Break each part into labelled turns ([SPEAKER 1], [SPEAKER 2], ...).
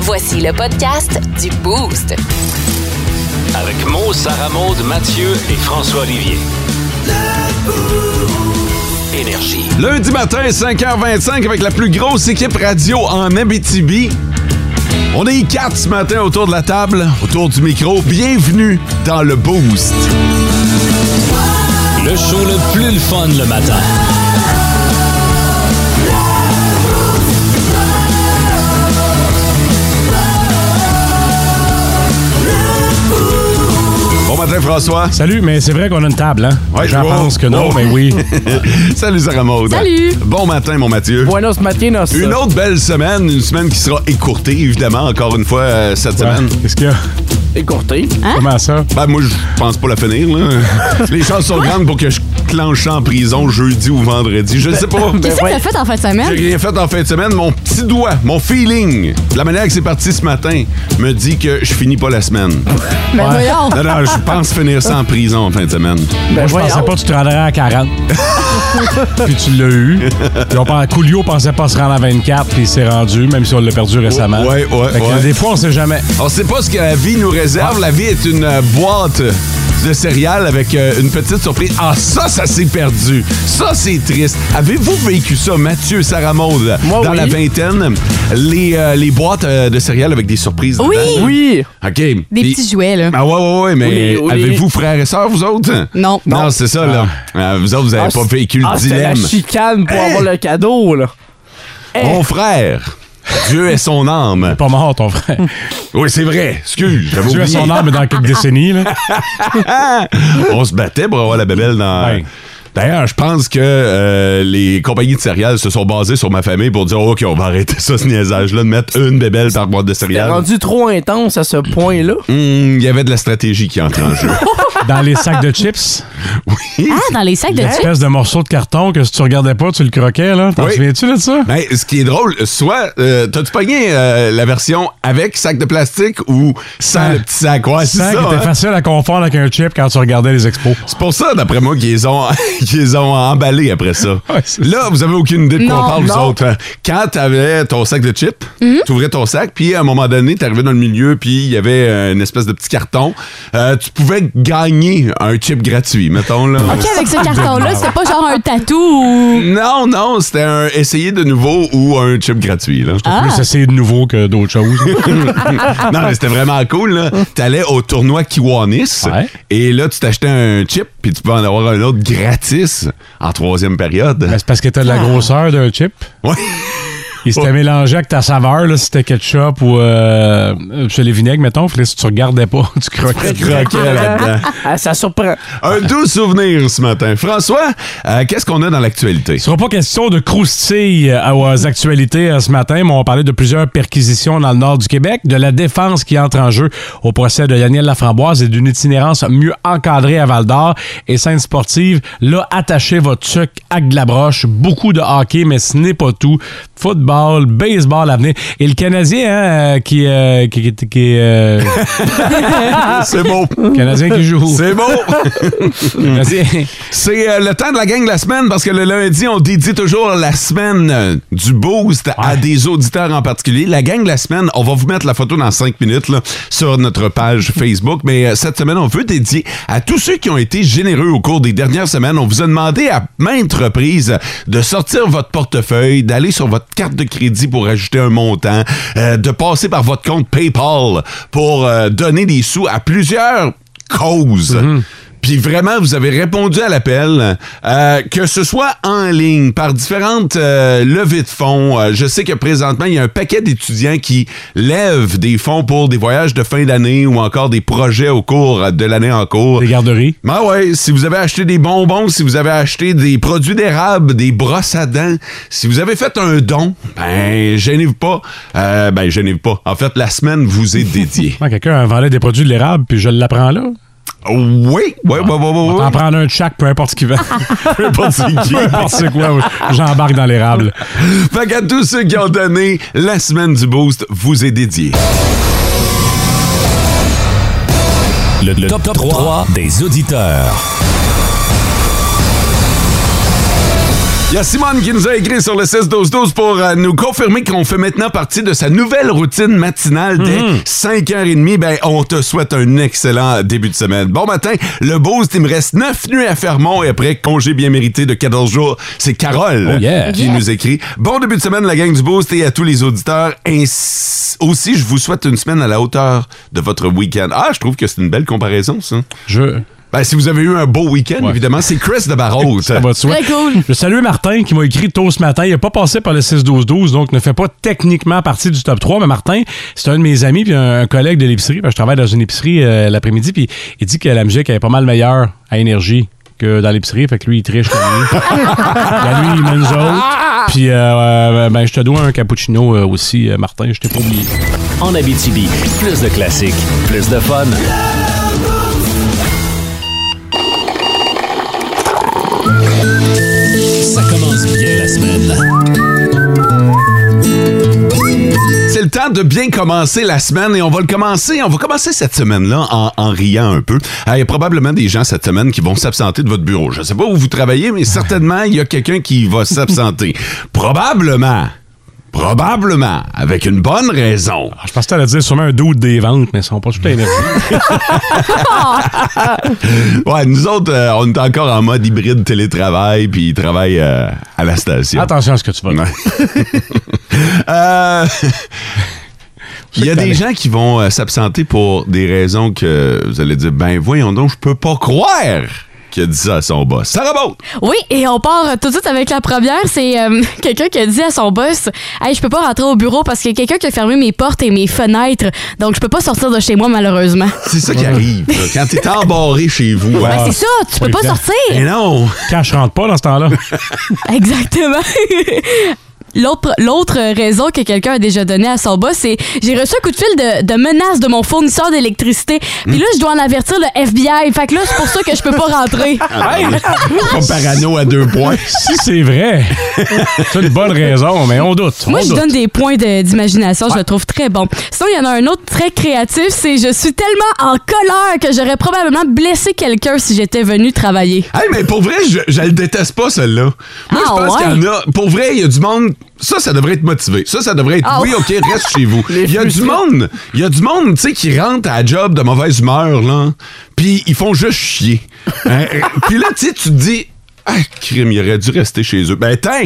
[SPEAKER 1] Voici le podcast du Boost.
[SPEAKER 2] Avec Mo, Sarah Maud, Mathieu et François Olivier. Énergie.
[SPEAKER 3] Lundi matin, 5h25, avec la plus grosse équipe radio en Abitibi. On est quatre ce matin autour de la table, autour du micro. Bienvenue dans le Boost.
[SPEAKER 2] Le show le plus le fun le matin.
[SPEAKER 3] Bon matin, François.
[SPEAKER 4] Salut, mais c'est vrai qu'on a une table, hein?
[SPEAKER 3] Ouais,
[SPEAKER 4] J'en
[SPEAKER 3] wow.
[SPEAKER 4] pense que non,
[SPEAKER 3] Wow.
[SPEAKER 4] mais oui.
[SPEAKER 3] Salut, Sarah Maud.
[SPEAKER 5] Salut.
[SPEAKER 3] Bon matin, mon Mathieu.
[SPEAKER 6] Buenos Matinos.
[SPEAKER 3] Une autre belle semaine, une semaine qui sera écourtée, évidemment, encore une fois, euh, cette semaine.
[SPEAKER 4] Qu'est-ce qu'il y a? Hein?
[SPEAKER 6] Écourté.
[SPEAKER 4] Comment ça?
[SPEAKER 3] Ben, moi, je pense pas la finir, là. Les chances sont grandes pour que je clenche ça en prison jeudi ou vendredi.
[SPEAKER 5] Ben,
[SPEAKER 3] Je sais pas.
[SPEAKER 4] Ben,
[SPEAKER 3] ben
[SPEAKER 5] Qu'est-ce que t'as fait en fin de semaine?
[SPEAKER 3] J'ai rien fait en fin de semaine. Mon petit doigt, mon feeling, la manière que c'est parti ce matin, me dit que je finis pas la semaine.
[SPEAKER 5] Ben voyons!
[SPEAKER 3] Non, non, je pense finir ça en prison en fin de semaine.
[SPEAKER 5] Ben
[SPEAKER 4] Moi, je pensais
[SPEAKER 6] voyons.
[SPEAKER 4] pas que tu te rendrais à 40. puis tu l'as eu. Puis on pense- Coolio pensait pas se rendre à 24, puis il s'est rendu, même si on l'a perdu récemment.
[SPEAKER 3] Ouais, ouais,
[SPEAKER 4] Fait que
[SPEAKER 3] ouais.
[SPEAKER 4] Des fois, on sait jamais. Ah.
[SPEAKER 3] On sait pas ce que la vie nous réserve. La vie est une euh, boîte de céréales avec euh, une petite surprise. Ah, ça, ça s'est perdu. Ça, c'est triste. Avez-vous vécu ça, Mathieu, Sarah Maud,
[SPEAKER 6] Moi,
[SPEAKER 3] dans
[SPEAKER 6] oui.
[SPEAKER 3] la vingtaine? Les, euh, les boîtes euh, de céréales avec des surprises
[SPEAKER 5] Oui.
[SPEAKER 3] dedans?
[SPEAKER 6] Oui.
[SPEAKER 3] OK.
[SPEAKER 5] Des petits jouets, là.
[SPEAKER 3] Ah ouais, ouais, ouais, mais
[SPEAKER 6] Oui, oui.
[SPEAKER 3] avez-vous frères et sœurs, vous autres?
[SPEAKER 5] Non.
[SPEAKER 3] Non,
[SPEAKER 5] Non.
[SPEAKER 3] c'est ça, là. Euh, vous autres, vous avez
[SPEAKER 6] Ah,
[SPEAKER 3] pas
[SPEAKER 6] c'est-
[SPEAKER 3] vécu le
[SPEAKER 6] ah, c'était
[SPEAKER 3] dilemme.
[SPEAKER 6] la chicane pour avoir le cadeau, là.
[SPEAKER 3] Mon frère, Dieu est son âme.
[SPEAKER 4] Eh. Pas mort, ton frère.
[SPEAKER 3] Oui, c'est vrai. Excuse, j'avais
[SPEAKER 4] Tu as
[SPEAKER 3] oublié.
[SPEAKER 4] son âme dans quelques décennies, là.
[SPEAKER 3] On se battait pour avoir la bébelle dans...
[SPEAKER 4] Ouais.
[SPEAKER 3] D'ailleurs, je pense que euh, les compagnies de céréales se sont basées sur ma famille pour dire OK, on va arrêter ça, ce niaisage-là, de mettre une bébelle par boîte de
[SPEAKER 6] T'es
[SPEAKER 3] céréales.
[SPEAKER 6] rendu trop intense à ce point-là.
[SPEAKER 3] Hmm, Il y avait de la stratégie qui entre en jeu.
[SPEAKER 4] Dans les sacs de chips.
[SPEAKER 5] Ah, dans les sacs de chips?
[SPEAKER 4] Espèce de morceau de carton que si tu regardais pas, tu le croquais, là. T'en
[SPEAKER 3] Oui.
[SPEAKER 4] souviens-tu de ça?
[SPEAKER 3] Ben, ce qui est drôle, soit euh, t'as-tu pogné euh, la version avec sac de plastique ou sans
[SPEAKER 4] Ah.
[SPEAKER 3] le petit sac? Ouais, c'est
[SPEAKER 4] sac
[SPEAKER 3] ça.
[SPEAKER 4] était
[SPEAKER 3] hein.
[SPEAKER 4] facile à confondre avec un chip quand tu regardais les expos.
[SPEAKER 3] C'est pour ça, d'après moi, qu'ils les ont, qu'ils les ont emballés après ça.
[SPEAKER 4] Ouais, c'est
[SPEAKER 3] Là, vous avez aucune idée de quoi
[SPEAKER 5] Non,
[SPEAKER 3] on parle, vous
[SPEAKER 5] non. Mhm.
[SPEAKER 3] autres. hein. Quand t'avais ton sac de chips, t'ouvrais ton sac, puis à un moment donné, t'arrivais dans le milieu, puis il y avait euh, une espèce de petit carton. Euh, tu pouvais gagner un chip gratuit, mettons. Là.
[SPEAKER 5] OK, avec ce carton-là, c'était pas genre un tatou ou...
[SPEAKER 3] Non, non, c'était un essayer de nouveau ou un chip gratuit. Là.
[SPEAKER 5] Ah.
[SPEAKER 4] Plus essayer de nouveau que d'autres choses.
[SPEAKER 3] non, mais c'était vraiment cool. là. T'allais au tournoi Kiwanis
[SPEAKER 4] Ouais.
[SPEAKER 3] et là, tu t'achetais un chip puis tu peux en avoir un autre gratis en troisième période.
[SPEAKER 4] Ben, c'est parce que t'as de la grosseur d'un chip.
[SPEAKER 3] Ouais.
[SPEAKER 4] Il s'était mélangé avec ta saveur, là, si c'était ketchup ou euh, chez les vinaigres, mettons. Fallait que si tu regardais pas, tu croquais.
[SPEAKER 3] Tu croquais là-dedans.
[SPEAKER 6] Ah, ça surprend.
[SPEAKER 3] Un doux souvenir ce matin. François, euh, qu'est-ce qu'on a dans l'actualité?
[SPEAKER 4] Il sera pas question de croustilles euh, aux actualités euh, ce matin, mais on va parler de plusieurs perquisitions dans le nord du Québec, de la défense qui entre en jeu au procès de Daniel Laframboise et d'une itinérance mieux encadrée à Val-d'Or et scène sportive. Là, attachez votre truc avec de la broche. Beaucoup de hockey, mais ce n'est pas tout. Football, baseball à venir. Et le Canadien, hein, euh, qui, euh, qui, qui, qui, euh,
[SPEAKER 3] C'est beau.
[SPEAKER 4] Canadien qui joue.
[SPEAKER 3] C'est beau.
[SPEAKER 4] Canadien.
[SPEAKER 3] C'est euh, le temps de la gang de la semaine parce que le lundi, on dédie toujours la semaine euh, du boost à des auditeurs en particulier. La gang de la semaine, on va vous mettre la photo dans cinq minutes là, sur notre page Facebook. Mais euh, cette semaine, on veut dédier à tous ceux qui ont été généreux au cours des dernières semaines. On vous a demandé à maintes reprises de sortir votre portefeuille, d'aller sur votre carte de crédit pour ajouter un montant, euh, de passer par votre compte PayPal pour euh, donner des sous à plusieurs cause.
[SPEAKER 4] Mhm.
[SPEAKER 3] Puis vraiment, vous avez répondu à l'appel, euh, que ce soit en ligne, par différentes euh, levées de fonds. Euh, je sais que présentement, il y a un paquet d'étudiants qui lèvent des fonds pour des voyages de fin d'année ou encore des projets au cours de l'année en cours.
[SPEAKER 4] Des garderies.
[SPEAKER 3] Ben ouais, si vous avez acheté des bonbons, si vous avez acheté des produits d'érable, des brosses à dents, si vous avez fait un don, ben gênez-vous pas. Euh, ben gênez-vous pas. En fait, la semaine vous est dédiée.
[SPEAKER 4] Ouais, Quelqu'un vendait des produits de l'érable, puis je l'apprends là.
[SPEAKER 3] oui, oui, oui, oui, oui.
[SPEAKER 4] On va
[SPEAKER 3] oui.
[SPEAKER 4] en prendre un de chaque, peu importe ce qu'il vend.
[SPEAKER 3] peu importe c'est qui.
[SPEAKER 4] peu importe c'est quoi, j'embarque dans l'érable.
[SPEAKER 3] Fait qu'à tous ceux qui ont donné, la semaine du Boost vous est dédiée.
[SPEAKER 2] Le, top, 3, des auditeurs.
[SPEAKER 3] Il y a Simone qui nous a écrit sur le 6-12-12 pour euh, nous confirmer qu'on fait maintenant partie de sa nouvelle routine matinale dès
[SPEAKER 2] Mm-hmm.
[SPEAKER 3] 5h30. Ben, on te souhaite un excellent début de semaine. Bon matin, le Boost, il me reste 9 nuits à Fermont et après congé bien mérité de 14 jours, c'est Carole
[SPEAKER 4] Oh yeah.
[SPEAKER 3] qui
[SPEAKER 5] Yeah.
[SPEAKER 3] nous écrit. Bon début de semaine, la gang du Boost et à tous les auditeurs. Ainsi- aussi, je vous souhaite une semaine à la hauteur de votre week-end. Ah, je trouve que c'est une belle comparaison, ça.
[SPEAKER 4] Je.
[SPEAKER 3] Ben, si vous avez eu un beau week-end,
[SPEAKER 4] Ouais.
[SPEAKER 3] évidemment, c'est Chris de Barrault.
[SPEAKER 4] Ça va de soi.
[SPEAKER 5] Très cool.
[SPEAKER 4] Je salue Martin qui m'a écrit tôt ce matin. Il n'a pas passé par le 6-12-12, donc ne fait pas techniquement partie du top 3. Mais Martin, c'est un de mes amis puis un, un collègue de l'épicerie. parce que Je travaille dans une épicerie euh, l'après-midi, puis il dit que la musique elle est pas mal meilleure à énergie que dans l'épicerie. Fait que lui, il triche comme lui. Ben, lui, il met nous autres. Puis, euh, euh, ben, je te dois un cappuccino euh, aussi, euh, Martin. Je t'ai pas oublié.
[SPEAKER 2] En Abitibi, plus de classiques, plus de fun. Ça commence bien la semaine.
[SPEAKER 3] C'est le temps de bien commencer la semaine et on va le commencer. On va commencer cette semaine-là en, en riant un peu. Ah, Il y a probablement des gens cette semaine qui vont s'absenter de votre bureau. Je ne sais pas où vous travaillez, mais certainement, il y a quelqu'un qui va s'absenter. Probablement. Probablement. Avec une bonne raison.
[SPEAKER 4] Ah, Je pensais que t'allais dire sûrement un doute des ventes, mais ils sont pas tout à fait énervés.
[SPEAKER 3] Ouais, nous autres, euh, on est encore en mode hybride télétravail, puis ils travaillent euh, à la station.
[SPEAKER 4] Attention à ce que tu vas dire.
[SPEAKER 3] Euh, Il y a
[SPEAKER 4] que
[SPEAKER 3] des
[SPEAKER 4] t'allais.
[SPEAKER 3] gens qui vont euh, s'absenter pour des raisons que vous allez dire ben voyons donc, je peux pas croire qu'il a dit ça à son boss. Ça remonte.
[SPEAKER 5] Oui, et on part euh, tout de suite avec la première. C'est euh, quelqu'un qui a dit à son boss Hey, je peux pas rentrer au bureau parce qu'il y a quelqu'un qui a fermé mes portes et mes fenêtres. Donc, je peux pas sortir de chez moi, malheureusement.
[SPEAKER 3] C'est ça qui arrive là, quand t'es embarré chez vous.
[SPEAKER 5] Ben,
[SPEAKER 3] hein.
[SPEAKER 5] c'est ça, tu peux
[SPEAKER 4] pas
[SPEAKER 5] pas
[SPEAKER 4] évident.
[SPEAKER 3] Mais
[SPEAKER 5] sortir.
[SPEAKER 3] non.
[SPEAKER 4] Quand je rentre pas dans ce temps-là.
[SPEAKER 5] Exactement. L'autre, l'autre raison que quelqu'un a déjà donnée à son boss, c'est j'ai reçu un coup de fil de, de menace de mon fournisseur d'électricité. Puis là, je dois en avertir le FBI. Fait que là, c'est pour ça que je peux pas rentrer.
[SPEAKER 3] Pas parano à deux points.
[SPEAKER 4] Si c'est vrai, c'est une bonne raison, mais on doute.
[SPEAKER 5] Moi,
[SPEAKER 4] on
[SPEAKER 5] je
[SPEAKER 4] doute.
[SPEAKER 5] donne des points de- d'imagination. Je le trouve très bon. Sinon, il y en a un autre très créatif. C'est je suis tellement en colère que j'aurais probablement blessé quelqu'un si j'étais venu travailler.
[SPEAKER 3] Hey, mais pour vrai, je, je le déteste pas, celle-là. Moi, je
[SPEAKER 5] Ah,
[SPEAKER 3] pense
[SPEAKER 5] ouais?
[SPEAKER 3] qu'il y en a. Pour vrai, il y a du monde. Ça, ça devrait être motivé. Ça, ça devrait être
[SPEAKER 5] Ah,
[SPEAKER 3] oui,
[SPEAKER 5] ouais.
[SPEAKER 3] OK, reste chez vous. Il y a du
[SPEAKER 6] frustrés.
[SPEAKER 3] monde. Il y a du monde, tu sais, qui rentre à la job de mauvaise humeur, là. Puis ils font juste chier. Hein, hein. Puis là, tu sais, tu te dis. Ah, crime, il aurait dû rester chez eux. Ben, tiens,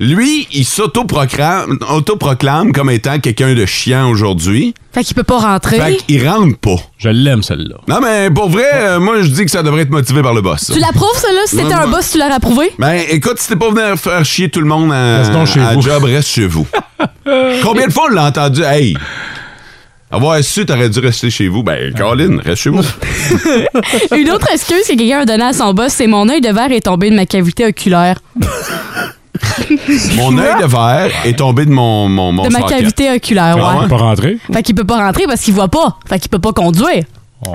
[SPEAKER 3] lui, il s'autoproclame autoproclame comme étant quelqu'un de chiant aujourd'hui.
[SPEAKER 5] Fait qu'il peut pas rentrer.
[SPEAKER 3] Fait qu'il rentre pas.
[SPEAKER 4] Je l'aime, celle-là.
[SPEAKER 3] Non, mais pour vrai, euh, moi, je dis que ça devrait être motivé par le boss. ça.
[SPEAKER 5] Tu l'approuves, ça, là? Si t'étais
[SPEAKER 3] Non,
[SPEAKER 5] un
[SPEAKER 3] moi-
[SPEAKER 5] boss, tu l'aurais approuvé?
[SPEAKER 3] Ben, écoute, si t'es pas venu faire chier tout le monde à,
[SPEAKER 4] Reste donc chez
[SPEAKER 3] à
[SPEAKER 4] vous.
[SPEAKER 3] job, reste chez vous. Combien de fois on l'a entendu? Hey! Avoir su, t'aurais dû rester chez vous. Ben, Caroline, reste chez vous.
[SPEAKER 5] Une autre excuse que quelqu'un a donnée à son boss, c'est mon œil de verre est tombé de ma cavité oculaire.
[SPEAKER 3] Mon œil de verre est tombé de mon, mon, mon
[SPEAKER 5] de ma
[SPEAKER 3] socket.
[SPEAKER 5] cavité oculaire,
[SPEAKER 3] Ah
[SPEAKER 5] ouais.
[SPEAKER 4] On peut rentrer.
[SPEAKER 5] Fait qu'il peut pas rentrer parce qu'il voit pas. Fait qu'il peut pas conduire.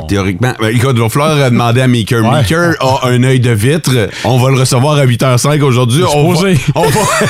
[SPEAKER 3] Théoriquement, ben, écoute, il va falloir euh, demander à Meeker.
[SPEAKER 4] Oh. Ouais.
[SPEAKER 3] Meeker a un œil de vitre. On va le recevoir à 8h05 aujourd'hui. On va,
[SPEAKER 4] Supposé.
[SPEAKER 3] on va-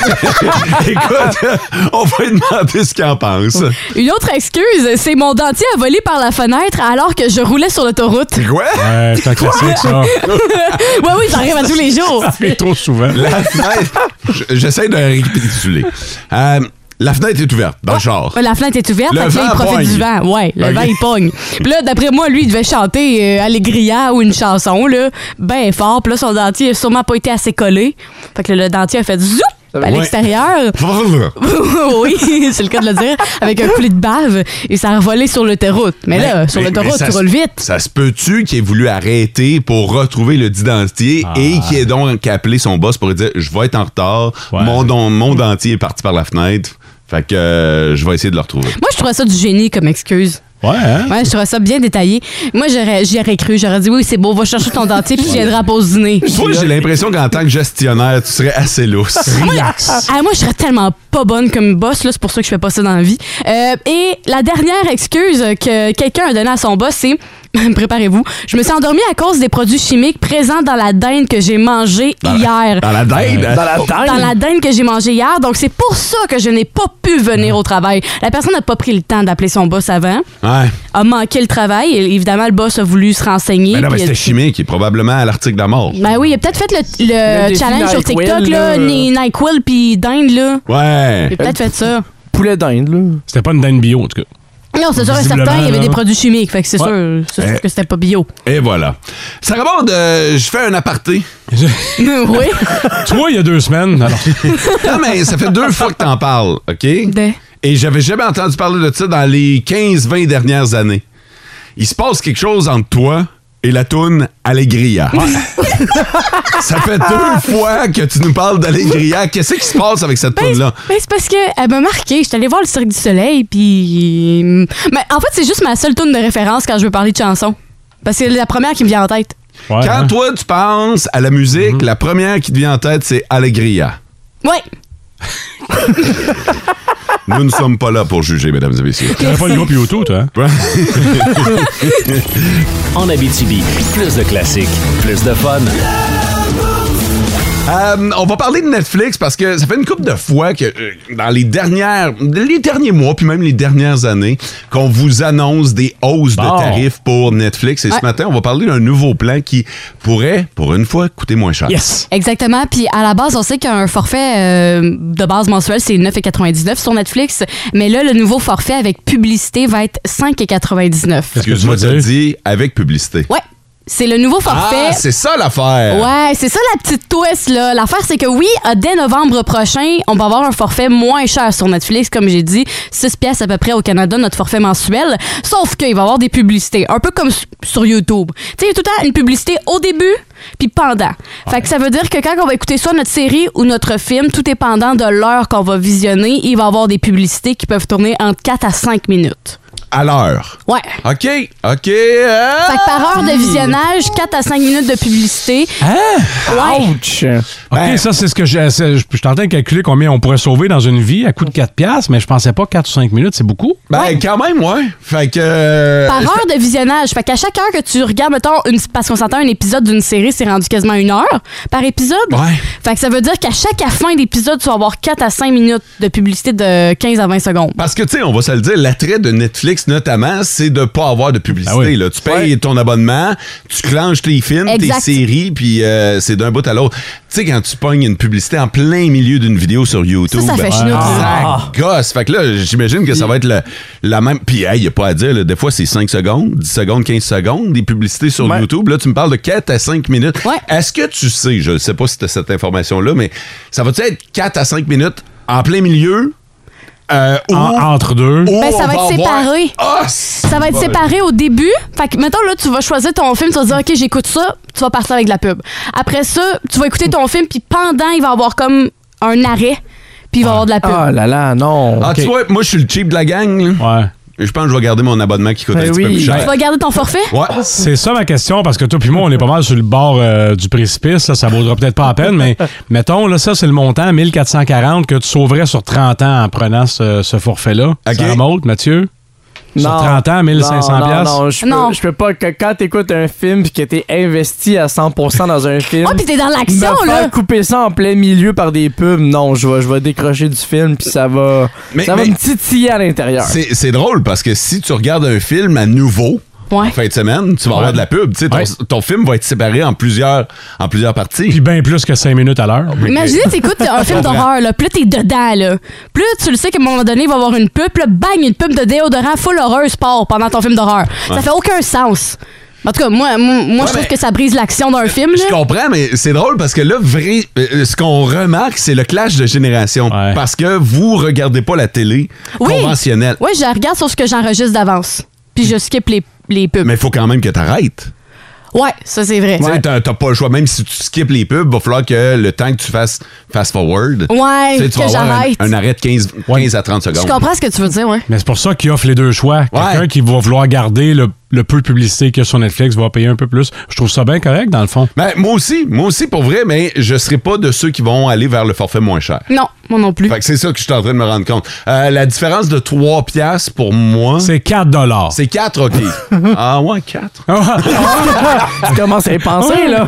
[SPEAKER 3] écoute, euh, on va lui demander ce qu'il en pense.
[SPEAKER 5] Une autre excuse, c'est mon dentier a volé par la fenêtre alors que je roulais sur l'autoroute.
[SPEAKER 3] Quoi?
[SPEAKER 4] Ouais, c'est un classique, ça.
[SPEAKER 3] Ah.
[SPEAKER 5] ouais, oui, ça arrive à tous les jours.
[SPEAKER 4] Mais trop souvent.
[SPEAKER 3] La fenêtre. J- J'essaie de récapituler. Euh, la fenêtre est ouverte dans le char.
[SPEAKER 5] Ouais, La fenêtre est ouverte,
[SPEAKER 3] Le
[SPEAKER 5] fait que là, il
[SPEAKER 3] vent
[SPEAKER 5] profite
[SPEAKER 3] pogne.
[SPEAKER 5] du vent. Ouais, le
[SPEAKER 3] Ok.
[SPEAKER 5] vent, il pogne. Puis là, d'après moi, lui, il devait chanter euh, Allegria ou une chanson, là, ben fort. Puis là, son dentier a sûrement pas été assez collé. Fait que le, le dentier a fait zoup à
[SPEAKER 6] Ouais.
[SPEAKER 5] l'extérieur. oui, c'est le cas de le dire, avec un coulis de bave, et ça a revolé sur l'autoroute. Mais, là, sur
[SPEAKER 3] mais- mais
[SPEAKER 5] l'autoroute,
[SPEAKER 3] ça
[SPEAKER 5] tu
[SPEAKER 3] se-
[SPEAKER 5] roules vite.
[SPEAKER 3] Ça se peut-tu qu'il ait voulu arrêter pour retrouver le dit dentier
[SPEAKER 5] Ah.
[SPEAKER 3] et qu'il ait donc appelé son boss pour lui dire Je vais être en retard,
[SPEAKER 4] Ouais.
[SPEAKER 3] mon, don- mon dentier est parti par la fenêtre, fait que euh, je vais essayer de le retrouver.
[SPEAKER 5] Moi, je trouvais ça du génie comme excuse.
[SPEAKER 4] Ouais, hein?
[SPEAKER 5] Ouais, je trouvais ça bien détaillé. Moi, j'aurais, j'y aurais cru. J'aurais dit, oui, c'est beau, va chercher ton dentier, puis tu viendras à pause dîner.
[SPEAKER 3] Toi, j'ai l'impression qu'en tant que gestionnaire, tu serais assez lousse.
[SPEAKER 4] Relax.
[SPEAKER 5] Ah, moi, je serais tellement pas bonne comme boss, là, c'est pour ça que je fais pas ça dans la vie. Euh, et la dernière excuse que quelqu'un a donnée à son boss, c'est Préparez-vous. Je me suis endormie à cause des produits chimiques présents dans la dinde que j'ai mangée hier.
[SPEAKER 3] Dans la dinde.
[SPEAKER 6] Euh, Dans la
[SPEAKER 3] Oh,
[SPEAKER 6] tête.
[SPEAKER 5] dans la dinde que j'ai mangée hier. Donc, c'est pour ça que je n'ai pas pu venir au travail. La personne n'a pas pris le temps d'appeler son boss avant,
[SPEAKER 3] Ouais.
[SPEAKER 5] a manqué le travail. Et évidemment, le boss a voulu se renseigner.
[SPEAKER 3] Mais Ben non, mais
[SPEAKER 5] puis il a
[SPEAKER 3] c'était
[SPEAKER 5] dit-
[SPEAKER 3] chimique, et probablement à l'article de la mort.
[SPEAKER 5] Ben oui, il a peut-être fait le, le
[SPEAKER 6] Le défi
[SPEAKER 5] challenge sur
[SPEAKER 6] NyQuil,
[SPEAKER 5] TikTok, là,
[SPEAKER 6] là.
[SPEAKER 5] ni- NyQuil puis dinde, là. Il
[SPEAKER 3] Ouais.
[SPEAKER 5] a peut-être fait ça.
[SPEAKER 6] Poulet d'Inde, là.
[SPEAKER 4] C'était pas une dinde bio, en tout cas.
[SPEAKER 5] Non, c'est sûr et
[SPEAKER 4] Visiblement,
[SPEAKER 5] certain, il y avait
[SPEAKER 4] là.
[SPEAKER 5] des produits chimiques. Fait que c'est
[SPEAKER 4] Ouais. Euh.
[SPEAKER 5] sûr, c'est sûr que c'était pas bio.
[SPEAKER 3] Et voilà. Ça remonte, euh, je fais un aparté.
[SPEAKER 5] oui.
[SPEAKER 4] tu vois, il y a deux semaines. Alors,
[SPEAKER 3] Non, mais ça fait deux fois que t'en parles, OK?
[SPEAKER 5] De-
[SPEAKER 3] Et j'avais jamais entendu parler de ça dans les 15-20 dernières années. Il se passe quelque chose entre toi et la toune Allegria. ça fait
[SPEAKER 5] Ah.
[SPEAKER 3] deux fois que tu nous parles d'Allegria. Qu'est-ce qui se passe avec cette
[SPEAKER 5] Ben,
[SPEAKER 3] toune-là?
[SPEAKER 5] c'est- ben, c'est parce qu'elle m'a marqué. Je suis allée voir le Cirque du Soleil, puis. hum, Mais en fait, c'est juste ma seule tourne de référence quand je veux parler de chansons. Parce que c'est la première qui me vient en tête.
[SPEAKER 4] ouais,
[SPEAKER 3] Quand
[SPEAKER 4] hein. Mm-hmm.
[SPEAKER 3] toi, tu penses à la musique, la première qui te vient en tête, c'est Allegria.
[SPEAKER 5] Ouais.
[SPEAKER 3] Nous ne sommes pas là pour juger, mesdames et messieurs.
[SPEAKER 4] T'avais pas le groupe YouTube, toi. hein?
[SPEAKER 2] En Abitibi, plus de classiques, plus de fun.
[SPEAKER 3] Euh, on va parler de Netflix parce que ça fait une couple de fois que euh, dans les dernières, les derniers mois, puis même les dernières années, qu'on vous annonce des hausses
[SPEAKER 4] Bon.
[SPEAKER 3] de tarifs pour Netflix. Et
[SPEAKER 5] Ouais.
[SPEAKER 3] ce matin, on va parler d'un nouveau plan qui pourrait, pour une fois, coûter moins cher.
[SPEAKER 4] Yes!
[SPEAKER 5] Exactement. Puis à la base, on sait qu'un forfait euh, de base mensuelle, c'est 9,99 sur Netflix. Mais là, le nouveau forfait avec publicité va être 5,99.
[SPEAKER 3] Excuse-moi
[SPEAKER 4] Qu'est-ce que
[SPEAKER 3] de
[SPEAKER 4] tu veux
[SPEAKER 3] le dire avec publicité.
[SPEAKER 5] Ouais. C'est le nouveau forfait.
[SPEAKER 3] Ah, c'est ça l'affaire.
[SPEAKER 5] Ouais, c'est ça la petite twist, là. L'affaire, c'est que oui, euh, dès novembre prochain, on va avoir un forfait moins cher sur Netflix, comme j'ai dit. 6 pièces à peu près au Canada, notre forfait mensuel. Sauf qu'il va y avoir des publicités, un peu comme s- sur YouTube. Tu sais, il y a tout le temps une publicité au début, puis pendant. Fait que ça veut dire que quand on va écouter soit notre série ou notre film, tout dépendant de l'heure qu'on va visionner, il va y avoir des publicités qui peuvent tourner entre 4 à 5 minutes.
[SPEAKER 3] À l'heure.
[SPEAKER 5] Ouais.
[SPEAKER 3] OK, OK. euh,
[SPEAKER 5] Fait que par heure de visionnage, 4 à 5 minutes de publicité. Hein? Ouais.
[SPEAKER 6] Ouch!
[SPEAKER 4] OK,
[SPEAKER 3] Ben-
[SPEAKER 4] ça, c'est ce que j'ai. c'est- Je je suis en train de calculer combien on pourrait sauver dans une vie à coût de 4 piastres, mais je pensais pas 4 ou 5 minutes, c'est beaucoup.
[SPEAKER 3] Ben, quand même, ouais. Fait que. euh,
[SPEAKER 5] Par heure de visionnage. Fait qu'à chaque heure que tu regardes, mettons, une, parce qu'on s'entend, un épisode d'une série, c'est rendu quasiment une heure par épisode.
[SPEAKER 3] Ouais.
[SPEAKER 5] Fait que ça veut dire qu'à chaque fin d'épisode, tu vas avoir 4 à 5 minutes de publicité de 15 à 20 secondes.
[SPEAKER 3] Parce que, tu sais, on va se le dire, l'attrait de Netflix, notamment, c'est de pas avoir de publicité.
[SPEAKER 4] Ah oui.
[SPEAKER 3] là. Tu payes ton abonnement, tu clenches tes films,
[SPEAKER 5] Exact.
[SPEAKER 3] tes séries, puis euh, c'est d'un bout à l'autre. Tu sais, quand tu pognes une publicité en plein milieu d'une vidéo sur YouTube, ah,
[SPEAKER 5] Ça, ça fait chinois.
[SPEAKER 3] ça gosse. Fait que là, j'imagine que ça va être le- la même. Puis, il n'y a pas à dire, là, des fois, c'est 5 secondes, 10 secondes, 15 secondes, des publicités sur
[SPEAKER 6] Ouais.
[SPEAKER 3] YouTube. Là, tu me parles de 4 à 5 minutes.
[SPEAKER 5] Ouais.
[SPEAKER 3] Est-ce que tu sais, je ne sais pas si tu cette information-là, mais ça va-tu être 4 à 5 minutes en plein milieu? euh, ou-
[SPEAKER 4] En- entre deux.
[SPEAKER 3] Oh,
[SPEAKER 5] Ben, ça
[SPEAKER 3] on
[SPEAKER 5] va être
[SPEAKER 3] avoir-
[SPEAKER 5] séparé.
[SPEAKER 3] Ah, c'est-
[SPEAKER 5] Ça va être
[SPEAKER 3] Ouais.
[SPEAKER 5] séparé au début. Fait que, mettons, là, tu vas choisir ton film, tu vas dire, OK, j'écoute ça, tu vas partir avec de la pub. Après ça, tu vas écouter ton film, puis pendant, il va avoir comme un arrêt, puis il va avoir de la pub.
[SPEAKER 6] Ah là là, non!
[SPEAKER 3] Ah, tu
[SPEAKER 4] Ok.
[SPEAKER 3] vois, moi, je suis le cheap de la gang. là.
[SPEAKER 4] Ouais.
[SPEAKER 3] Je pense que je vais garder mon abonnement qui coûte
[SPEAKER 6] Ben
[SPEAKER 3] un petit
[SPEAKER 6] oui.
[SPEAKER 3] peu
[SPEAKER 6] Ah,
[SPEAKER 3] plus cher.
[SPEAKER 5] Tu vas garder ton forfait?
[SPEAKER 3] Ouais.
[SPEAKER 4] C'est ça ma question, parce que toi puis moi, on est pas mal sur le bord euh, du précipice. Là, ça vaudra peut-être pas la peine, mais mettons, là, ça, c'est le montant 1440 que tu sauverais sur 30 ans en prenant ce, ce forfait-là.
[SPEAKER 3] OK.
[SPEAKER 4] Ça remonte, Mathieu? Sur
[SPEAKER 6] Non.
[SPEAKER 4] 30 ans, 1500
[SPEAKER 6] Non, non,
[SPEAKER 4] piastres?
[SPEAKER 6] non, je peux,
[SPEAKER 5] Non.
[SPEAKER 6] je peux pas. Que, quand t'écoutes un film pis que t'es investi à 100% dans un film.
[SPEAKER 5] Ah, puis t'es dans
[SPEAKER 6] me
[SPEAKER 5] l'action,
[SPEAKER 6] faire
[SPEAKER 5] là!
[SPEAKER 6] couper ça en plein milieu par des pubs, non, je vais, je vais décrocher du film puis ça va,
[SPEAKER 3] Mais-
[SPEAKER 6] ça va
[SPEAKER 3] mais-
[SPEAKER 6] me titiller à l'intérieur.
[SPEAKER 3] C'est c'est drôle parce que si tu regardes un film à nouveau,
[SPEAKER 5] Ouais.
[SPEAKER 3] en fin de semaine, tu vas avoir de la pub. Tu sais, Ton,
[SPEAKER 4] Ouais.
[SPEAKER 3] ton film va être séparé en plusieurs, en plusieurs
[SPEAKER 4] Puis
[SPEAKER 3] parties.
[SPEAKER 4] bien plus que 5 minutes à l'heure.
[SPEAKER 5] Imaginez, t'écoutes un film d'horreur, là. Plus t'es dedans, là. Plus tu le sais qu'à un moment donné, il va y avoir une pub, là, bang, une pub de déodorant full heureuse part pendant ton film d'horreur. Ça fait aucun sens. En tout cas, moi, moi, moi, je trouve
[SPEAKER 3] mais-
[SPEAKER 5] que ça brise l'action d'un film,
[SPEAKER 3] Je
[SPEAKER 5] là.
[SPEAKER 3] comprends, mais c'est drôle parce que là, vrai, euh, ce qu'on remarque, c'est le clash de génération.
[SPEAKER 4] Ouais.
[SPEAKER 3] Parce que vous regardez pas la télé
[SPEAKER 5] Oui.
[SPEAKER 3] conventionnelle.
[SPEAKER 5] Ouais, je regarde sur ce que j'enregistre d'avance. Puis je skip les, les pubs.
[SPEAKER 3] Mais il faut quand même que tu arrêtes.
[SPEAKER 5] Ouais, ça, c'est vrai.
[SPEAKER 3] Tu sais, t'as t'as pas le choix. Même si tu skippes les pubs, va falloir que le temps que tu fasses fast-forward,
[SPEAKER 5] Ouais,
[SPEAKER 3] tu sais,
[SPEAKER 5] que
[SPEAKER 3] tu vas avoir un,
[SPEAKER 5] j'arrête.
[SPEAKER 3] un arrêt de 15, 15
[SPEAKER 4] Ouais.
[SPEAKER 3] à 30
[SPEAKER 5] Je
[SPEAKER 3] secondes.
[SPEAKER 5] comprends ce que tu veux dire, ouais.
[SPEAKER 4] Mais c'est pour ça qu'il offre les deux choix.
[SPEAKER 3] Ouais.
[SPEAKER 4] Quelqu'un qui va vouloir garder le, le peu de publicité qu'il y a sur Netflix va payer un peu plus. Je trouve ça bien correct, dans le fond.
[SPEAKER 3] Ben, moi aussi, moi aussi pour vrai, mais je serai pas de ceux qui vont aller vers le forfait moins cher.
[SPEAKER 5] Non, moi non plus.
[SPEAKER 3] Fait que c'est ça que je suis en train de me rendre compte. Euh, la différence de 3 piastres pour moi,
[SPEAKER 4] C'est 4 dollars.
[SPEAKER 3] c'est 4, OK. ah ouais, 4.
[SPEAKER 6] tu commences à y penser, là.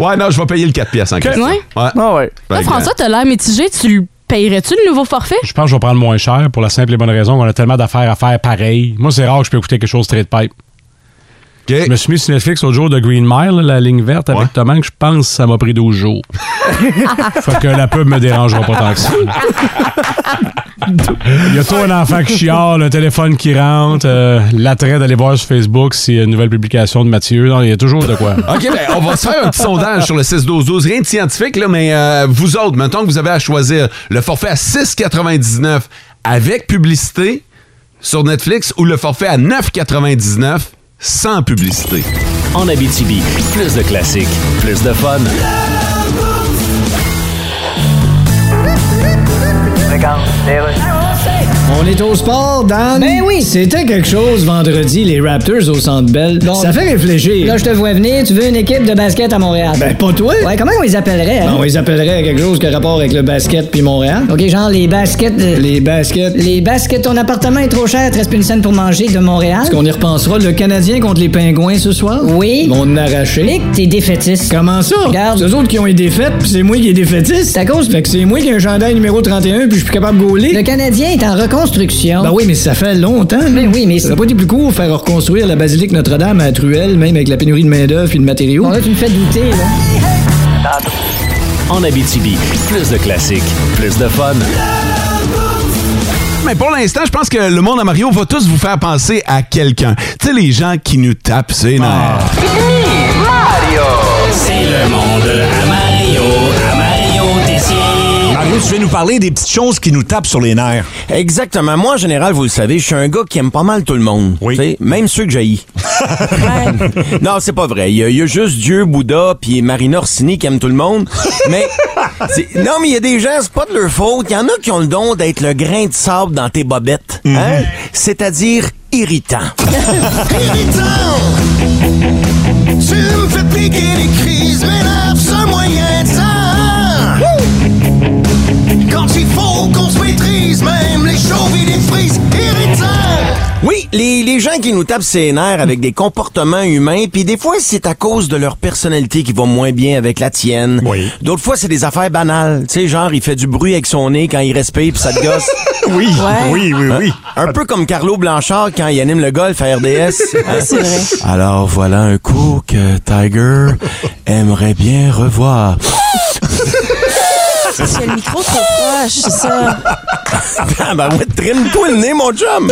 [SPEAKER 3] Ouais, non, je vais payer le 4 piastres en question.
[SPEAKER 5] Ouais.
[SPEAKER 6] Ah ouais.
[SPEAKER 3] Fait
[SPEAKER 5] Là,
[SPEAKER 3] que,
[SPEAKER 5] François, t'as l'air mitigé. Tu le payerais-tu le nouveau forfait?
[SPEAKER 4] Je pense que je vais prendre moins cher pour la simple et bonne raison qu'on a tellement d'affaires à faire pareil. Moi, c'est rare que je peux écouter quelque chose très de pipe.
[SPEAKER 3] euh, OK.
[SPEAKER 4] Je me suis mis sur Netflix au jour de Green Mile, la ligne verte avec
[SPEAKER 3] Ouais.
[SPEAKER 4] Thomas, que je pense que ça m'a pris 12 jours. fait que la pub me dérangera pas tant que ça. Il y a toi un enfant qui chiale, un téléphone qui rentre, euh, l'attrait d'aller voir sur Facebook s'il y a une nouvelle publication de Mathieu. Non, il y a toujours de quoi.
[SPEAKER 3] OK, ben, on va se faire un petit sondage sur le 6-12-12. Rien de scientifique, là, mais euh, vous autres, mettons que vous avez à choisir le forfait à 6,99 avec publicité sur Netflix ou le forfait à 9,99 sans publicité.
[SPEAKER 2] En Abitibi, plus de classiques, plus de fun.
[SPEAKER 7] On est au sport, Dan. Ben oui. C'était quelque chose vendredi, les Raptors au Centre Bell. ça fait réfléchir.
[SPEAKER 8] Là, je te vois venir, tu veux une équipe de basket à Montréal.
[SPEAKER 7] ben pas toi. Ben
[SPEAKER 8] Ouais, comment on les appellerait, hein?
[SPEAKER 7] On les appellerait quelque chose qui a rapport avec le basket puis Montréal.
[SPEAKER 8] OK, genre les baskets... de-
[SPEAKER 7] Les baskets.
[SPEAKER 8] Les baskets, ton appartement est trop cher, te reste une scène pour manger de Montréal.
[SPEAKER 7] Est-ce qu'on y repensera le Canadien contre les Pingouins ce soir?
[SPEAKER 8] Oui.
[SPEAKER 7] Ils vont nous arracher.
[SPEAKER 8] Nick, t'es défaitiste.
[SPEAKER 7] Comment ça?
[SPEAKER 8] Regarde.
[SPEAKER 7] C'est eux autres qui ont les défaites, puis c'est moi qui ai défaitiste.
[SPEAKER 8] C'est à cause-
[SPEAKER 7] Fait que c'est moi qui ai un chandail numéro 31, puis je suis plus capable de gauler.
[SPEAKER 8] Le Canadien est en reconstruction.
[SPEAKER 7] Ben oui, mais ça fait longtemps.
[SPEAKER 8] Mais oui, mais
[SPEAKER 7] Ça n'a pas été plus court faire reconstruire la basilique Notre-Dame à Truelle, même avec la pénurie de main-d'œuvre puis de matériaux.
[SPEAKER 8] Bon, là, tu me fais douter, là.
[SPEAKER 2] En Abitibi, plus de classiques, plus de fun.
[SPEAKER 3] Mais pour l'instant, je pense que le monde à Mario va tous vous faire penser à quelqu'un. Tu sais, les gens qui nous tapent ses
[SPEAKER 9] Ah.
[SPEAKER 3] nerfs.
[SPEAKER 2] C'est le monde à Mario, à Mario
[SPEAKER 10] Mario, tu veux nous parler des petites choses qui nous tapent sur les nerfs.
[SPEAKER 9] Exactement. Moi, en général, vous le savez, je suis un gars qui aime pas mal tout le monde.
[SPEAKER 10] Oui.
[SPEAKER 9] Tu sais, Même ceux que j'haïs. non, c'est pas vrai. Il y, a- il y a juste Dieu, Bouddha, puis Marina Orsini qui aiment tout le monde. Mais, c'est- non, mais il y a des gens, c'est pas de leur faute. Il y en a qui ont le don d'être le grain de sable dans tes bobettes.
[SPEAKER 10] Mhm.
[SPEAKER 9] hein? C'est-à-dire irritant.
[SPEAKER 10] Tu me fais piquer les crises, mais là, seul moyen de ça. Quand il faut qu'on se maîtrise, même les chauves et les frises, irritants.
[SPEAKER 9] Oui, les, les gens qui nous tapent ses nerfs avec des comportements humains, puis des fois c'est à cause de leur personnalité qui va moins bien avec la tienne.
[SPEAKER 10] Oui.
[SPEAKER 9] D'autres fois c'est des affaires banales, tu sais genre il fait du bruit avec son nez quand il respire puis ça te gosse. Hein?
[SPEAKER 10] Oui, oui, oui, oui.
[SPEAKER 9] Un peu comme Carlo Blanchard quand il anime le golf à RDS. Hein? Alors voilà un coup que Tiger aimerait bien revoir.
[SPEAKER 11] C'est le micro trop proche, c'est ça.
[SPEAKER 9] Ah ben ouais, trime-toi le nez, mon chum!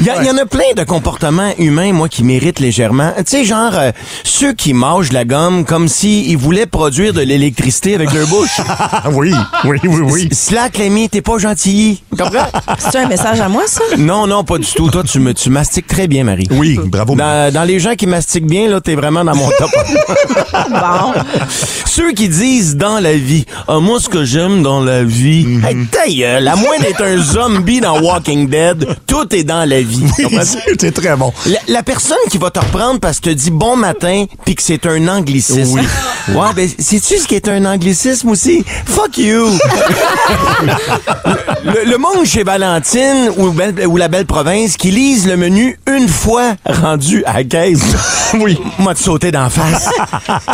[SPEAKER 9] Il y, a- y en a plein de comportements humains, moi, qui méritent légèrement. Tu sais, genre, euh, ceux qui mangent la gomme comme s'ils voulaient produire de l'électricité avec leur bouche.
[SPEAKER 10] Ah oui, oui, oui, oui.
[SPEAKER 9] S- Slack, l'ami, t'es pas gentil. Comprends?
[SPEAKER 11] C'est un message à moi, ça?
[SPEAKER 9] non, non, pas du tout. Toi, tu, me, tu mastiques très bien, Marie.
[SPEAKER 10] Oui, bravo.
[SPEAKER 9] Dans, dans les gens qui mastiquent bien, là, t'es vraiment dans mon top.
[SPEAKER 11] Bon.
[SPEAKER 9] Ceux qui disent dans la vie, ah, moi, ce que j'aime dans la vie, hey, ta gueule, à moins d'être un zombie dans Walking Dead, tout est dans la vie. Comprends-tu?
[SPEAKER 10] C'est très bon.
[SPEAKER 9] La, la personne qui va te reprendre parce que te dit bon matin puis que c'est un anglicisme. Ouais, ben sais-tu ce qui est un anglicisme aussi? Fuck you! le, le monde chez Valentine ou, Belle- ou la belle province qui lise le menu une fois rendu à la caisse. Oui. Moi, tu sauter d'en face.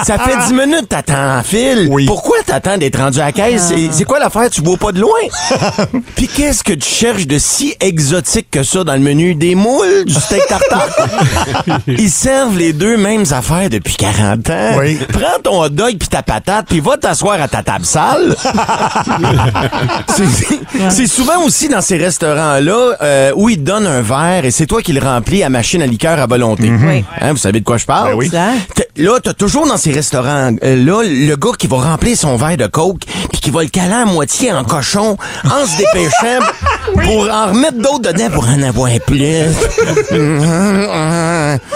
[SPEAKER 9] Ça fait 10 minutes t'attends en file.
[SPEAKER 10] Oui. Ah.
[SPEAKER 9] Pourquoi t'attends d'être rendu à la caisse? C'est- C'est quoi l'affaire? Tu vois pas de loin? Puis qu'est-ce que tu cherches de si exotique que ça dans le menu? Des moules, du steak tartare? Ils servent les deux mêmes affaires depuis 40 ans.
[SPEAKER 10] Oui.
[SPEAKER 9] Prends ton hot dog puis ta patate puis va t'asseoir à ta table sale. C'est- c'est- C'est souvent aussi dans ces restaurants-là euh, où ils te donnent un verre et c'est toi qui le remplis à machine à liqueur à volonté.
[SPEAKER 11] Oui.
[SPEAKER 9] Hein, vous savez de quoi je parle?
[SPEAKER 10] Mhm. Ben oui.
[SPEAKER 11] Claire.
[SPEAKER 9] T'as- Là, t'as toujours dans ces restaurants, euh, là, le gars qui va remplir son verre de coke, puis qui va le caler à moitié en cochon, en se dépêchant, pour en remettre d'autres dedans pour en avoir plus.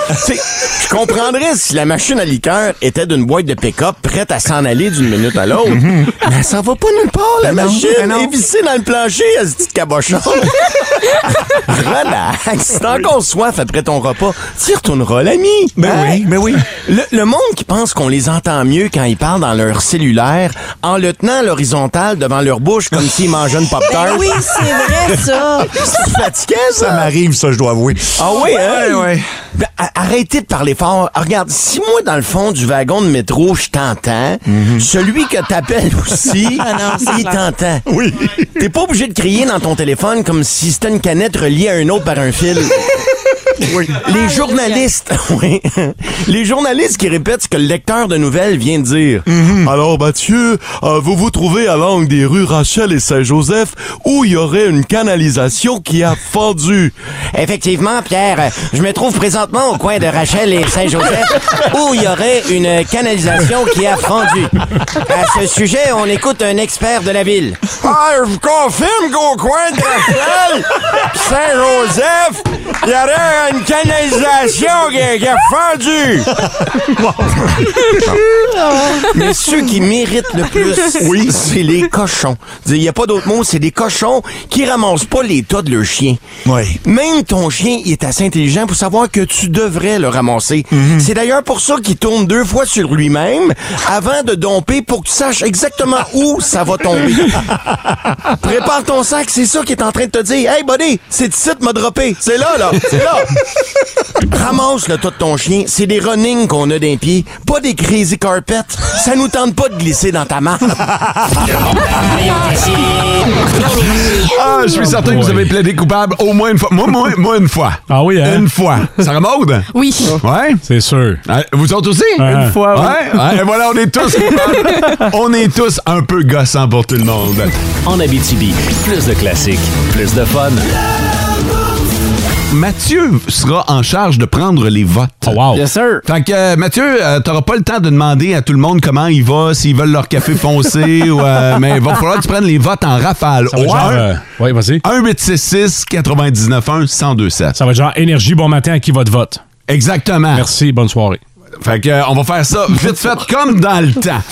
[SPEAKER 9] Tu sais, je comprendrais si la machine à liqueur était d'une boîte de pick-up prête à s'en aller d'une minute à l'autre.
[SPEAKER 10] Mhm.
[SPEAKER 11] Mhm.
[SPEAKER 9] Mais elle s'en va pas nulle part, Oh, la
[SPEAKER 10] Ben non,
[SPEAKER 9] machine.
[SPEAKER 10] ben non.
[SPEAKER 9] Elle est vissée dans le plancher, elle se dit de cabochon. Relax. Si t'as encore soif après ton repas, t'y retourneras, l'ami. Ben oui, ben oui. Le, le monde qui pense qu'on les entend mieux quand ils parlent dans leur cellulaire en le tenant à l'horizontale devant leur bouche comme s'ils mangeaient une pop-tart.
[SPEAKER 11] Ben oui, c'est vrai, ça.
[SPEAKER 9] C'est fatiguant, ça. Ça m'arrive, ça, je dois avouer. Ah oui, hein? Ben, a- arrêtez de parler fort. Ah, regarde, si moi, dans le fond du wagon de métro, je t'entends, celui que t'appelles aussi,
[SPEAKER 10] Ah non, c'est
[SPEAKER 9] il
[SPEAKER 10] clair.
[SPEAKER 9] t'entend. Oui. T'es pas obligé de crier dans ton téléphone comme si c'était une canette reliée à un autre par un fil. Les journalistes, oui. Les journalistes qui répètent ce que le lecteur de nouvelles vient de dire.
[SPEAKER 3] Mhm.
[SPEAKER 12] Alors, Mathieu, euh, vous vous trouvez à l'angle des rues Rachel et Saint-Joseph où il y aurait une canalisation qui a fendu.
[SPEAKER 9] Effectivement, Pierre, euh, je me trouve présentement au coin de Rachel et Saint-Joseph où il y aurait une canalisation qui a fondu. À ce sujet, on écoute un expert de la ville.
[SPEAKER 10] Ah, je vous confirme qu'au coin de Rachel, pis Saint-Joseph, il y aurait une canalisation qui a, qui a fendu.
[SPEAKER 9] Mais ceux qui méritent le plus, oui. c'est les cochons. Il n'y a pas d'autre mot, c'est des cochons qui ramassent pas les tas de leur chien. Même ton chien, il est assez intelligent pour savoir que tu devrais le ramasser. C'est d'ailleurs pour ça qu'il tourne deux fois sur lui-même avant de domper pour que tu saches exactement où ça va tomber. Prépare ton sac, c'est ça qu'il est en train de te dire. Hey, buddy, c'est ici de m'a droppé. C'est là, là. C'est là. Ramasse le tas de ton chien. C'est des running qu'on a d'un pied, pas des crazy carpets. Ça nous tente pas de glisser dans ta main.
[SPEAKER 3] Ah, je suis certain que vous avez plaidé coupable au moins une fois. Moi, moi, moi une fois.
[SPEAKER 4] Ah oui, hein?
[SPEAKER 3] Une fois. Ça remonte?
[SPEAKER 5] Oui.
[SPEAKER 3] Ouais?
[SPEAKER 4] C'est sûr.
[SPEAKER 3] Vous autres aussi?
[SPEAKER 4] Ah.
[SPEAKER 3] Une fois, oui. Ouais? ouais, et voilà, on est tous coupables. on est tous un peu gossants pour tout le monde.
[SPEAKER 2] En Abitibi, plus de classiques, plus de fun.
[SPEAKER 3] Mathieu sera en charge de prendre les votes.
[SPEAKER 4] Oh,
[SPEAKER 3] wow.
[SPEAKER 6] Yes, sir.
[SPEAKER 3] Fait que, euh, Mathieu, euh, t'auras pas le temps de demander à tout le monde comment il va, s'ils veulent leur café foncé, ou, euh, mais il va falloir que tu prennes les votes en rafale.
[SPEAKER 4] Ça va genre, euh, oui, vas-y.
[SPEAKER 3] 1-866-991-1027.
[SPEAKER 4] Ça va être genre énergie, bon matin, à qui votre vote?
[SPEAKER 3] Exactement.
[SPEAKER 4] Merci, bonne soirée.
[SPEAKER 3] Fait que, euh, on va faire ça vite fait comme dans le temps.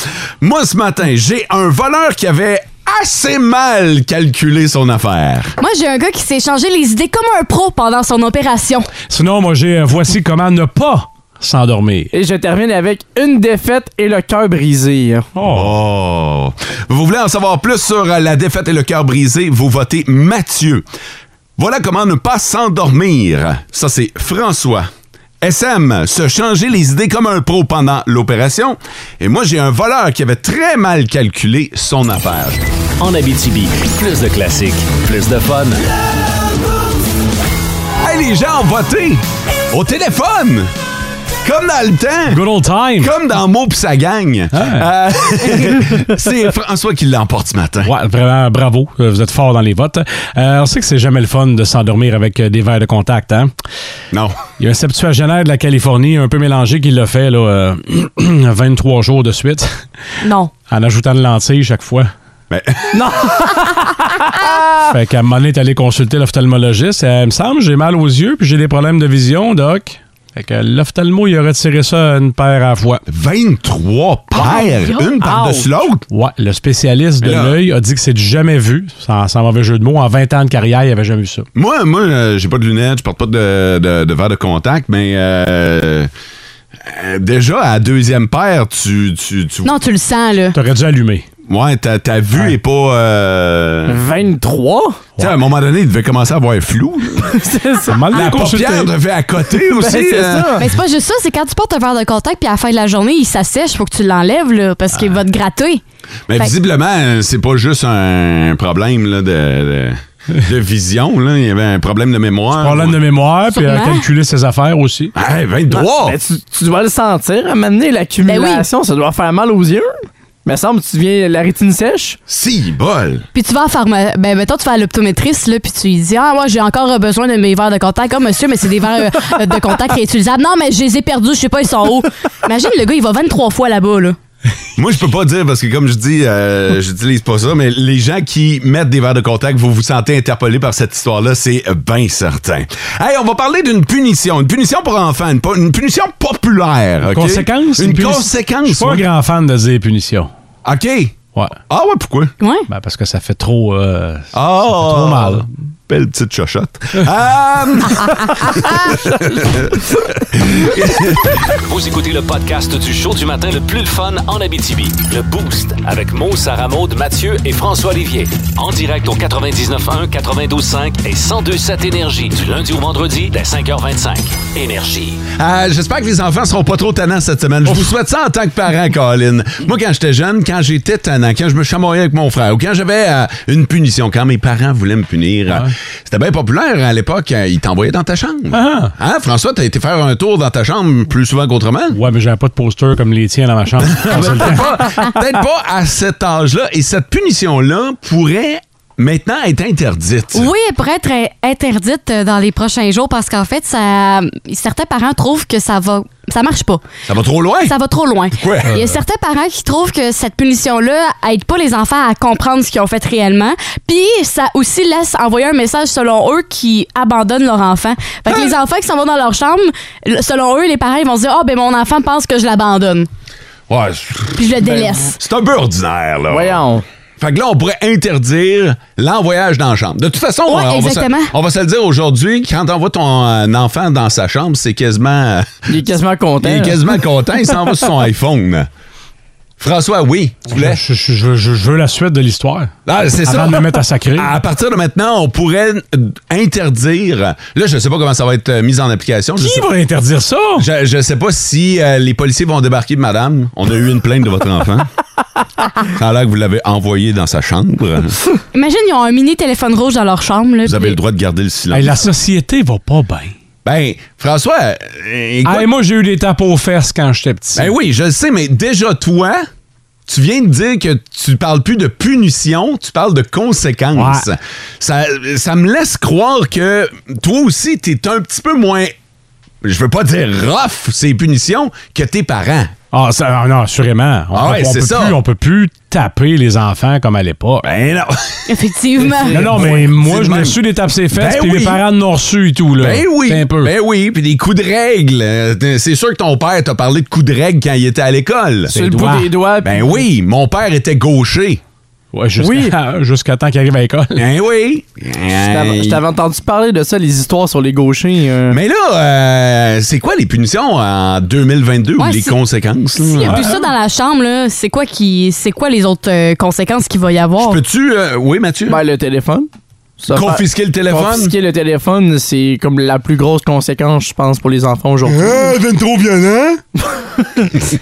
[SPEAKER 3] Moi, ce matin, j'ai un voleur qui avait assez mal calculé son affaire.
[SPEAKER 5] Moi, j'ai un gars qui s'est changé les idées comme un pro pendant son opération.
[SPEAKER 4] Sinon, moi, j'ai euh, voici comment ne pas s'endormir.
[SPEAKER 6] Et je termine avec une défaite et le cœur brisé.
[SPEAKER 3] Oh. Vous voulez en savoir plus sur euh, la défaite et le cœur brisé, vous votez Mathieu. Voilà comment ne pas s'endormir. Ça, c'est François. SM, se changer les idées comme un pro pendant l'opération. Et moi, j'ai un voleur qui avait très mal calculé son affaire.
[SPEAKER 2] En Abitibi, plus de classiques, plus de fun.
[SPEAKER 3] Hey, les gens, votez au téléphone! Comme dans le temps!
[SPEAKER 4] Good old time! Hein?
[SPEAKER 3] Comme dans Mo pis sa gang! Euh, c'est François qui l'emporte ce matin.
[SPEAKER 4] Ouais, vraiment, bravo. Euh, Vous êtes fort dans les votes. Euh, on sait que c'est jamais le fun de s'endormir avec euh, des verres de contact, hein?
[SPEAKER 3] Non.
[SPEAKER 4] Il y a un septuagénaire de la Californie, un peu mélangé, qui l'a fait, là, euh, 23 jours de suite,
[SPEAKER 5] Non.
[SPEAKER 4] en ajoutant de lentilles chaque fois.
[SPEAKER 3] Mais...
[SPEAKER 4] Non! fait qu'à un moment donné, t'es allé consulter l'ophtalmologiste. Euh, il me semble, j'ai mal aux yeux, puis j'ai des problèmes de vision, doc. Fait que l'ophtalmo, il a retiré ça une paire à la fois.
[SPEAKER 3] 23 paires?
[SPEAKER 4] Voyons.
[SPEAKER 3] Une par-dessus l'autre?
[SPEAKER 4] Ouais, le spécialiste de
[SPEAKER 3] Mais là-
[SPEAKER 4] l'œil a dit que c'est du jamais vu, sans, sans mauvais jeu de mots. En 20 ans de carrière, il avait jamais vu ça.
[SPEAKER 3] Moi, moi euh, j'ai pas de lunettes, je porte pas de, de, de verre de contact, mais euh, euh, déjà, à la deuxième paire, tu. tu, tu
[SPEAKER 5] Non, tu le sens, là.
[SPEAKER 4] T'aurais dû allumer.
[SPEAKER 3] Ouais, ta, ta vue est pas. euh,
[SPEAKER 6] 23?
[SPEAKER 3] Tu sais, à un moment donné, il devait commencer à avoir flou.
[SPEAKER 6] c'est ça.
[SPEAKER 3] La paupière devait à côté
[SPEAKER 4] Ben,
[SPEAKER 3] aussi. euh,
[SPEAKER 5] Mais Ben, c'est pas juste ça, c'est quand tu portes un verre de contact puis à la fin de la journée, il s'assèche, faut que tu l'enlèves là parce qu'il va te gratter.
[SPEAKER 3] Ah. Mais
[SPEAKER 5] Fait-
[SPEAKER 3] visiblement, euh, c'est pas juste un problème là, de, de, de vision. Là. Il y avait un problème de mémoire.
[SPEAKER 4] Problème de mémoire, puis à
[SPEAKER 3] Sûrement.
[SPEAKER 4] calculer ses affaires Ben, aussi.
[SPEAKER 3] Hey, 23!
[SPEAKER 8] Ben,
[SPEAKER 6] Mais Ben, tu, tu dois le sentir. À un moment donné, l'accumulation, ça doit faire mal aux yeux. Mais semble que tu deviens la rétine sèche.
[SPEAKER 3] Si, bol!
[SPEAKER 5] Puis tu vas à pharma... ben mettons tu vas à l'optométriste là puis tu lui dis "Ah moi j'ai encore euh, besoin de mes verres de contact comme monsieur mais c'est des verres euh, de contact réutilisables. Non mais je les ai perdus, je sais pas ils sont où." Imagine le gars, il va 23 fois là-bas là.
[SPEAKER 3] Moi, je peux pas dire parce que, comme je dis, euh, j'utilise pas ça, mais les gens qui mettent des verres de contact, vous vous sentez interpellé par cette histoire-là, c'est bien certain. Hey, on va parler d'une punition, une punition pour enfants, une, po- une punition populaire.
[SPEAKER 4] Une
[SPEAKER 3] ok?
[SPEAKER 4] conséquence?
[SPEAKER 3] Une,
[SPEAKER 4] puni-
[SPEAKER 3] conséquence.
[SPEAKER 4] Je suis pas un
[SPEAKER 3] ouais.
[SPEAKER 4] grand fan de dire punition.
[SPEAKER 3] OK.
[SPEAKER 4] Ouais.
[SPEAKER 3] Ah ouais, pourquoi?
[SPEAKER 5] Ouais.
[SPEAKER 4] Ben parce que ça fait trop... euh,
[SPEAKER 3] Ah,
[SPEAKER 4] trop mal.
[SPEAKER 3] Belle petite chochotte. Um,
[SPEAKER 2] Vous écoutez le podcast du show du matin le plus le fun en Abitibi. Le Boost avec Mo, Sarah Maud, Mathieu et François Olivier. En direct au 99.1, 92.5 et 102.7 Énergie du lundi au vendredi dès 5h25. Énergie.
[SPEAKER 3] Euh, J'espère que les enfants seront pas trop tannants cette semaine. Je vous souhaite ça en tant que parent, Colin. Moi, quand j'étais jeune, quand j'étais tannant, quand je me chamoyais avec mon frère ou quand j'avais euh, une punition, quand mes parents voulaient me punir, euh, c'était bien populaire à l'époque. euh, ils t'envoyaient dans ta chambre.
[SPEAKER 4] Ah,
[SPEAKER 3] Hein, François, t'as été faire un tour dans ta chambre plus souvent qu'autrement?
[SPEAKER 4] Ouais, mais j'avais pas de poster comme les tiens dans ma chambre.
[SPEAKER 3] Ah, ben, Peut-être pas, peut-être pas à cet âge-là. Et cette punition-là pourrait maintenant être interdite.
[SPEAKER 5] Oui, elle pourrait être euh, interdite euh, dans les prochains jours parce qu'en fait, ça, certains parents trouvent que ça va, ça marche pas.
[SPEAKER 3] Ça va trop loin?
[SPEAKER 5] Ça va trop loin.
[SPEAKER 3] Pourquoi?
[SPEAKER 5] Il y a certains parents qui trouvent que cette punition-là aide pas les enfants à comprendre ce qu'ils ont fait réellement. Puis ça aussi laisse envoyer un message selon eux qui abandonnent leur enfant. Fait que les enfants qui s'en vont dans leur chambre, le- selon eux, les parents ils vont se dire, ah ben mon enfant pense que je l'abandonne.
[SPEAKER 3] Ouais.
[SPEAKER 5] Puis je le délaisse.
[SPEAKER 3] C'est un peu ordinaire, là. Voyons. Fait que là, on pourrait interdire l'envoyage dans la chambre. De toute façon,
[SPEAKER 5] Ouais,
[SPEAKER 3] on, va se,
[SPEAKER 5] exactement.
[SPEAKER 3] on va se le dire aujourd'hui, quand t'envoies ton euh, enfant dans sa chambre, c'est quasiment... Il est quasiment content. hein. Il est quasiment content, il s'en va sur son iPhone. François, oui, tu voulais?
[SPEAKER 4] Je, je- je- je- je veux la suite de l'histoire.
[SPEAKER 3] Ah, c'est ça.
[SPEAKER 4] Avant de me mettre à sacrer.
[SPEAKER 3] À partir de maintenant, on pourrait interdire. Là, je sais pas comment ça va être euh, mis en application. Qui
[SPEAKER 4] va interdire ça?
[SPEAKER 3] Je, je sais pas si euh, les policiers vont débarquer, madame. On a eu une plainte de votre enfant. Ça a l'air que vous l'avez envoyé dans sa chambre.
[SPEAKER 5] Imagine, ils ont un mini téléphone rouge dans leur chambre. Là,
[SPEAKER 3] Vous avez
[SPEAKER 5] puis-
[SPEAKER 3] le droit de garder le silence.
[SPEAKER 4] Hey, la société va pas bien.
[SPEAKER 3] Ben, François, euh, écoute-
[SPEAKER 4] Hey, Ah, moi, j'ai eu des tapes aux fesses quand j'étais petit.
[SPEAKER 3] Ben oui, je le sais, mais déjà toi, tu viens de dire que tu parles plus de punition, tu parles de conséquences. Ça, ça me laisse croire que toi aussi, tu es un petit peu moins, je veux pas dire rough, ces punitions, que tes parents.
[SPEAKER 4] Ah, ça, ah, non, assurément. On,
[SPEAKER 3] Ah
[SPEAKER 4] on-
[SPEAKER 3] ouais,
[SPEAKER 4] on
[SPEAKER 3] c'est
[SPEAKER 4] peut
[SPEAKER 3] ça.
[SPEAKER 4] Plus, on peut plus taper les enfants comme à l'époque.
[SPEAKER 3] Ben non.
[SPEAKER 5] Effectivement.
[SPEAKER 4] Non, non, mais
[SPEAKER 3] Ouais,
[SPEAKER 4] moi,
[SPEAKER 3] c'est
[SPEAKER 4] je
[SPEAKER 3] le
[SPEAKER 4] me
[SPEAKER 3] même.
[SPEAKER 4] suis des tapes ses fesses,
[SPEAKER 3] Ben
[SPEAKER 4] puis
[SPEAKER 3] oui.
[SPEAKER 4] mes parents n'ont reçu et tout, là.
[SPEAKER 3] Ben oui,
[SPEAKER 4] Un peu.
[SPEAKER 3] ben oui, puis des coups de règle. Euh, t'es- C'est sûr que ton père t'a parlé de coups de règle quand il était à l'école.
[SPEAKER 4] Sur le bout doigts. des
[SPEAKER 3] doigts. Ben oui, mon père était gaucher.
[SPEAKER 4] Ouais, jusqu'à jusqu'à temps qu'ils arrivent à l'école.
[SPEAKER 3] Ben oui.
[SPEAKER 6] t'avais- Je t'avais entendu parler de ça, les histoires sur les gauchers. euh.
[SPEAKER 3] Mais là, euh, c'est quoi les punitions en 2022
[SPEAKER 5] Ouais,
[SPEAKER 3] ou les
[SPEAKER 5] si-
[SPEAKER 3] conséquences?
[SPEAKER 5] S'il y a
[SPEAKER 4] hein.
[SPEAKER 3] là?
[SPEAKER 5] plus ça dans la chambre, là, c'est quoi qui, c'est quoi les autres euh, conséquences qu'il va y avoir?
[SPEAKER 3] Peux-tu. euh, oui, Mathieu?
[SPEAKER 6] Ben, le téléphone. Ça,
[SPEAKER 3] Confisquer
[SPEAKER 6] ben,
[SPEAKER 3] le téléphone?
[SPEAKER 6] Confisquer le téléphone, c'est comme la plus grosse conséquence, je pense, pour les enfants aujourd'hui.
[SPEAKER 8] Euh,
[SPEAKER 12] trop
[SPEAKER 9] hein?
[SPEAKER 12] violent!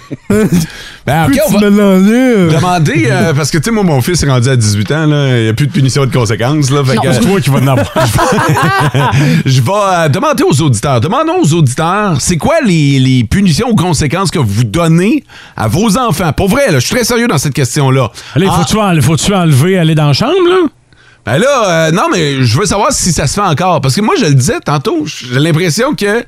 [SPEAKER 3] Ben, ok, on va demander, euh, parce que, tu sais, moi, mon fils est rendu à 18 ans, là, il n'y a plus de punition de conséquences, là. Fait
[SPEAKER 5] Non.
[SPEAKER 3] que,
[SPEAKER 4] C'est toi qui vas en avoir.
[SPEAKER 3] je vais euh, demander aux auditeurs, demandons aux auditeurs, c'est quoi les, les punitions ou conséquences que vous donnez à vos enfants? Pour vrai, là, je suis très sérieux dans cette question-là.
[SPEAKER 4] Allez,
[SPEAKER 3] Ah,
[SPEAKER 4] faut-tu en- faut-tu enlever, aller dans la chambre, là?
[SPEAKER 3] Ben là, euh, non, mais je veux savoir si ça se fait encore. Parce que moi, je le disais tantôt, j'ai l'impression que.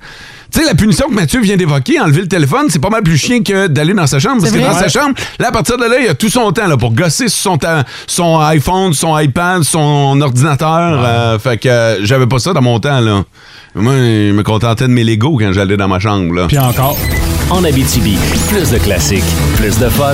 [SPEAKER 3] Tu sais, la punition que Mathieu vient d'évoquer, enlever le téléphone, c'est pas mal plus chien que d'aller dans sa chambre. Parce que
[SPEAKER 5] vrai.
[SPEAKER 3] dans
[SPEAKER 5] Ouais.
[SPEAKER 3] sa chambre, là, à partir de là, il a tout son temps là, pour gosser sur son, ta- son iPhone, son iPad, son ordinateur. Euh, fait que euh, j'avais pas ça dans mon temps, là. Moi, je me contentais de mes Legos quand j'allais dans ma chambre, là.
[SPEAKER 4] Puis encore.
[SPEAKER 2] En Abitibi, plus de classiques, plus de fun.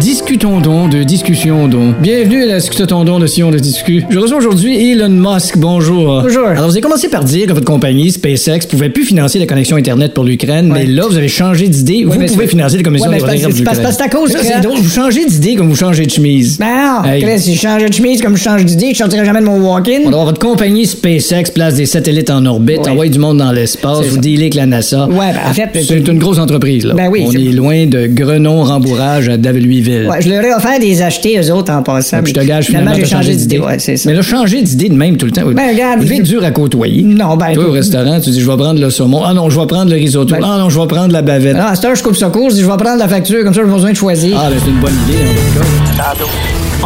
[SPEAKER 7] Discutons donc de discussion donc. Bienvenue à la discutons donc de Sion de Discu. Je reçois aujourd'hui Elon Musk. Bonjour. Bonjour. Alors, vous avez commencé par dire que votre compagnie SpaceX pouvait plus financer la connexion Internet pour l'Ukraine, mais là, vous avez changé d'idée.
[SPEAKER 8] Ouais, mais
[SPEAKER 7] vous pouvez
[SPEAKER 8] c'est-
[SPEAKER 7] financer la connexion
[SPEAKER 8] Ouais, mais c'est
[SPEAKER 7] Internet
[SPEAKER 8] parce-
[SPEAKER 7] pour
[SPEAKER 8] c'est parce- parce que
[SPEAKER 7] l'Ukraine.
[SPEAKER 8] c'est à cause
[SPEAKER 7] Là,
[SPEAKER 8] que-
[SPEAKER 7] c'est drôle, Vous changez d'idée comme vous changez de chemise.
[SPEAKER 8] Ben non,
[SPEAKER 7] Hey.
[SPEAKER 8] Chris, si je changeais de chemise comme je change d'idée, je sortirais jamais de mon
[SPEAKER 7] On
[SPEAKER 8] walk-in.
[SPEAKER 7] doit avoir votre compagnie SpaceX place des satellites en orbite,
[SPEAKER 8] Ouais.
[SPEAKER 7] envoie du monde dans l'espace,
[SPEAKER 8] C'est
[SPEAKER 7] vous
[SPEAKER 8] ça.
[SPEAKER 7] dealez avec la NASA.
[SPEAKER 8] Ouais, ben, en fait,
[SPEAKER 7] c'est une grosse entreprise, là.
[SPEAKER 8] Ben oui,
[SPEAKER 7] On
[SPEAKER 8] c'est-
[SPEAKER 7] est loin de Grenon-Rembourrage à Daveluiville.
[SPEAKER 8] Ouais, je leur ai offert des acheter eux autres en passant.
[SPEAKER 7] Ouais, puis je te gage,
[SPEAKER 8] finalement,
[SPEAKER 7] finalement,
[SPEAKER 8] j'ai
[SPEAKER 7] t'as
[SPEAKER 8] changé d'idée. Ouais, c'est ça.
[SPEAKER 7] Mais là, changer d'idée de même tout le temps. oui.
[SPEAKER 8] Ben, regarde,
[SPEAKER 7] Vous devez
[SPEAKER 8] je-
[SPEAKER 7] être dur à côtoyer.
[SPEAKER 8] Non, ben.
[SPEAKER 7] Toi, au restaurant, tu dis, je vais prendre le saumon. Ah non, je vais prendre le risotto.
[SPEAKER 8] Ben-
[SPEAKER 7] Ah non, je vais prendre la bavette.
[SPEAKER 8] Non, à cette heure, je coupe ça court, je dis, je vais prendre la facture, comme ça, j'ai pas besoin de choisir.
[SPEAKER 7] Ah, ben, c'est une bonne idée, en
[SPEAKER 6] hein,
[SPEAKER 7] tout cas.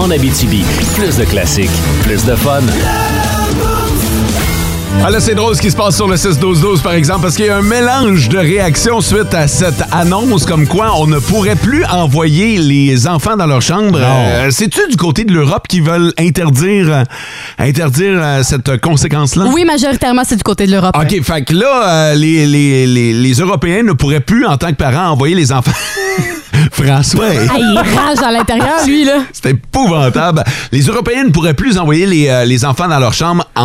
[SPEAKER 2] En Abitibi, plus de classiques, plus de fun.
[SPEAKER 3] Ah là, c'est drôle ce qui se passe sur le 6-12-12, par exemple, parce qu'il y a un mélange de réactions suite à cette annonce comme quoi on ne pourrait plus envoyer les enfants dans leur chambre. Euh, C'est-tu du côté de l'Europe qui veulent interdire, euh, interdire euh, cette conséquence-là?
[SPEAKER 5] Oui, majoritairement, c'est du côté de l'Europe.
[SPEAKER 3] OK, fait que là, euh, les, les, les, les Européens ne pourraient plus, en tant que parents, envoyer les enfants. François.
[SPEAKER 5] Ah, il rage à l'intérieur, lui, là.
[SPEAKER 3] C'est épouvantable. Les Européens ne pourraient plus envoyer les, euh, les enfants dans leur chambre en,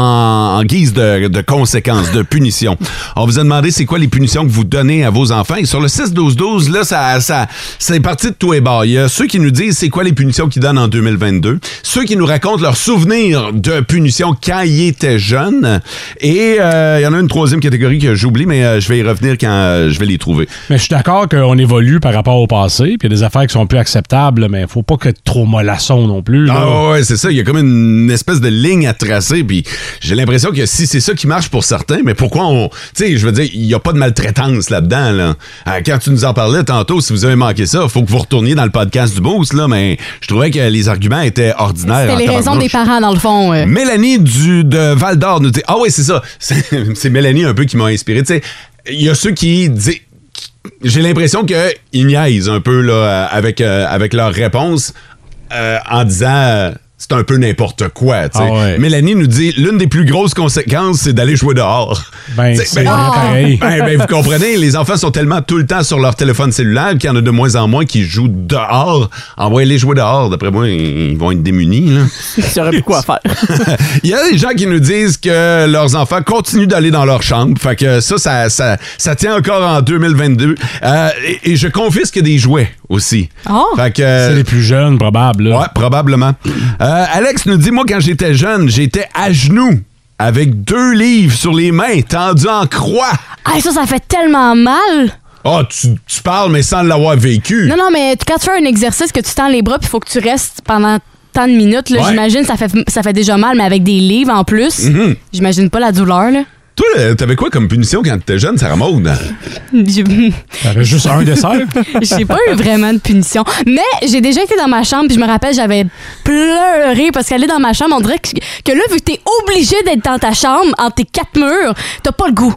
[SPEAKER 3] en guise de, de conséquences, de punitions. On vous a demandé c'est quoi les punitions que vous donnez à vos enfants. Et sur le 6-12-12, là, ça, ça, c'est parti de tous les bords. Il y a ceux qui nous disent c'est quoi les punitions qu'ils donnent en 2022, ceux qui nous racontent leurs souvenirs de punitions quand ils étaient jeunes. Et euh, il y en a une troisième catégorie que j'oublie, mais euh, je vais y revenir quand euh, je vais les trouver.
[SPEAKER 4] Mais je suis d'accord qu'on évolue par rapport au passé, puis il y a des affaires qui sont plus acceptables, mais il faut pas que trop mollasson non plus. là.
[SPEAKER 3] Ah ouais, c'est ça. Il y a comme une espèce de ligne à tracer. Puis j'ai l'impression que si c'est ça qui marche pour certains, mais pourquoi on. Tu sais, je veux dire, il n'y a pas de maltraitance là-dedans. Là. Euh, Quand tu nous en parlais tantôt, si vous avez manqué ça, faut que vous retourniez dans le podcast du Boost, là. Mais je trouvais que les arguments étaient ordinaires.
[SPEAKER 5] C'était les
[SPEAKER 3] en
[SPEAKER 5] raisons
[SPEAKER 3] tabarnouche. Hmm.
[SPEAKER 5] des parents, dans le fond. euh.
[SPEAKER 3] Mélanie du, de Val d'Or nous dit Ah oui, c'est ça. C'est c'est Mélanie un peu qui m'a inspiré. Tu sais, il y a ceux qui disent. qui- J'ai l'impression qu'ils niaisent un peu là, avec, euh, avec leur réponse euh, en disant. euh, C'est un peu n'importe quoi. tu sais.
[SPEAKER 4] Ah ouais.
[SPEAKER 3] Mélanie nous dit l'une des plus grosses conséquences, c'est d'aller jouer dehors.
[SPEAKER 4] Ben,
[SPEAKER 3] Tu sais,
[SPEAKER 4] c'est vrai pareil.
[SPEAKER 3] ben, ben, vous comprenez, les enfants sont tellement tout le temps sur leur téléphone cellulaire qu'il y en a de moins en moins qui jouent dehors. Envoyez-les jouer dehors. D'après moi, ils vont être démunis. Là.
[SPEAKER 6] Il y aurait plus quoi faire.
[SPEAKER 3] Il y a des gens qui nous disent que leurs enfants continuent d'aller dans leur chambre. Fait que ça, ça, ça, ça tient encore en 2022. Euh, et, et je confisque des jouets aussi. Fait que, euh,
[SPEAKER 4] C'est les plus jeunes, probable. là.
[SPEAKER 3] Ouais, probablement. Euh, Alex nous dit, moi, quand j'étais jeune, j'étais à genoux avec deux livres sur les mains, tendus en croix.
[SPEAKER 5] Ah, ça, ça fait tellement mal.
[SPEAKER 3] Ah, tu, tu parles, mais sans l'avoir vécu.
[SPEAKER 5] Non, non, mais quand tu fais un exercice que tu tends les bras, puis il faut que tu restes pendant tant de minutes, là,
[SPEAKER 3] Ouais.
[SPEAKER 5] j'imagine ça fait, ça fait déjà mal, mais avec des livres en plus,
[SPEAKER 3] Mhm.
[SPEAKER 5] j'imagine pas la douleur. Là.
[SPEAKER 3] Toi, là, t'avais quoi comme punition quand t'étais jeune, hein? Sarah Maud?
[SPEAKER 5] J'ai-
[SPEAKER 4] T'avais juste un dessert?
[SPEAKER 5] J'ai pas eu vraiment de punition. Mais j'ai déjà été dans ma chambre, puis je me rappelle, j'avais pleuré parce qu'aller dans ma chambre, on dirait que, que là, vu que t'es obligé d'être dans ta chambre, entre tes quatre murs, t'as pas le goût.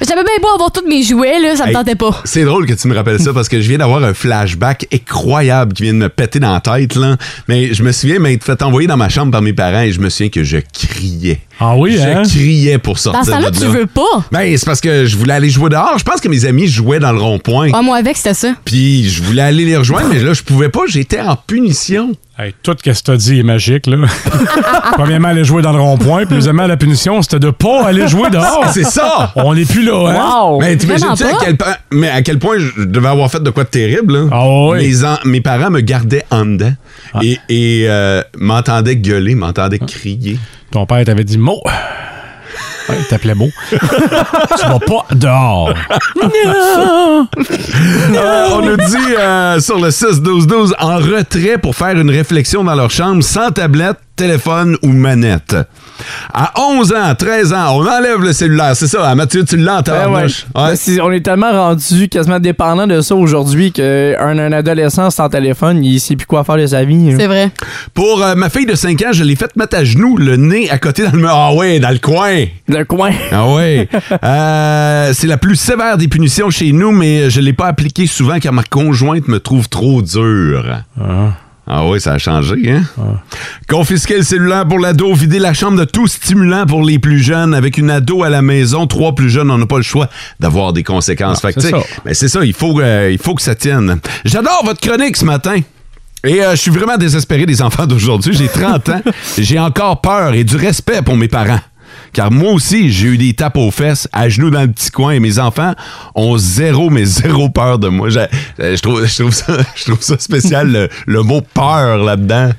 [SPEAKER 5] J'avais bien beau avoir tous mes jouets, là, ça me
[SPEAKER 3] Hey,
[SPEAKER 5] tentait pas.
[SPEAKER 3] C'est drôle que tu me rappelles ça parce que je viens d'avoir un flashback incroyable qui vient de me péter dans la tête. Là. Mais je me souviens m'être fait envoyer dans ma chambre par mes parents et je me souviens que je criais.
[SPEAKER 4] Ah oui,
[SPEAKER 3] Je
[SPEAKER 4] hein?
[SPEAKER 3] criais pour sortir
[SPEAKER 5] Dans ce temps-là,
[SPEAKER 3] de
[SPEAKER 5] tu veux pas.
[SPEAKER 3] Ben, c'est parce que je voulais aller jouer dehors. Je pense que mes amis jouaient dans le rond-point.
[SPEAKER 5] Ah, moi, avec, c'était ça.
[SPEAKER 3] Puis je voulais aller les rejoindre, mais là, je pouvais pas. J'étais en punition.
[SPEAKER 4] Hey, tout ce que tu as dit est magique. Là. Premièrement, aller jouer dans le rond-point. puis Deuxièmement, la punition, c'était de pas aller jouer dehors.
[SPEAKER 3] C'est ça!
[SPEAKER 4] On n'est plus là. Hein?
[SPEAKER 3] Mais t'imagines-tu à quel, point- mais à quel point je devais avoir fait de quoi de terrible? là?
[SPEAKER 4] Ah
[SPEAKER 3] mes, en- mes parents me gardaient en dedans et, et, euh, m'entendaient gueuler, m'entendaient crier.
[SPEAKER 4] Ton père t'avait dit mot. Ouais, il t'appelait mot. tu vas pas dehors.
[SPEAKER 3] Euh, on nous dit euh, sur le 6-12-12 en retrait pour faire une réflexion dans leur chambre sans tablette, téléphone ou manette. À 11 ans, 13 ans, on enlève le cellulaire. C'est ça, hein, Mathieu, tu l'entends.
[SPEAKER 6] Ben ouais. Ben, si- on est tellement rendu quasiment dépendant de ça aujourd'hui qu'un un adolescent sans téléphone, il sait plus quoi faire de sa vie. hein.
[SPEAKER 5] vrai.
[SPEAKER 3] Pour euh, ma fille de 5 ans, je l'ai faite mettre à genoux, le nez à côté dans le mur. Ah ouais, dans le coin.
[SPEAKER 6] Le coin.
[SPEAKER 3] Ah ouais. Euh, c'est la plus sévère des punitions chez nous, mais je l'ai pas appliquée souvent car ma conjointe me trouve trop dur. Ah ouais, ça a changé, hein? Confisquer le cellulaire pour l'ado, vider la chambre de tout stimulant pour les plus jeunes. Avec une ado à la maison, trois plus jeunes, on n'a pas le choix d'avoir des conséquences. Fait que,
[SPEAKER 4] c'est
[SPEAKER 3] tu sais,
[SPEAKER 4] ça.
[SPEAKER 3] mais c'est ça, il faut, euh, il faut que ça tienne. J'adore votre chronique ce matin. Et euh, je suis vraiment désespéré des enfants d'aujourd'hui. J'ai 30 ans. J'ai encore peur et du respect pour mes parents. Car moi aussi, j'ai eu des tapes aux fesses, à genoux dans le petit coin, et mes enfants ont zéro, mais zéro peur de moi. J'ai- euh, Je, trouve, je, trouve, ça, je trouve ça spécial, le, le mot peur là-dedans.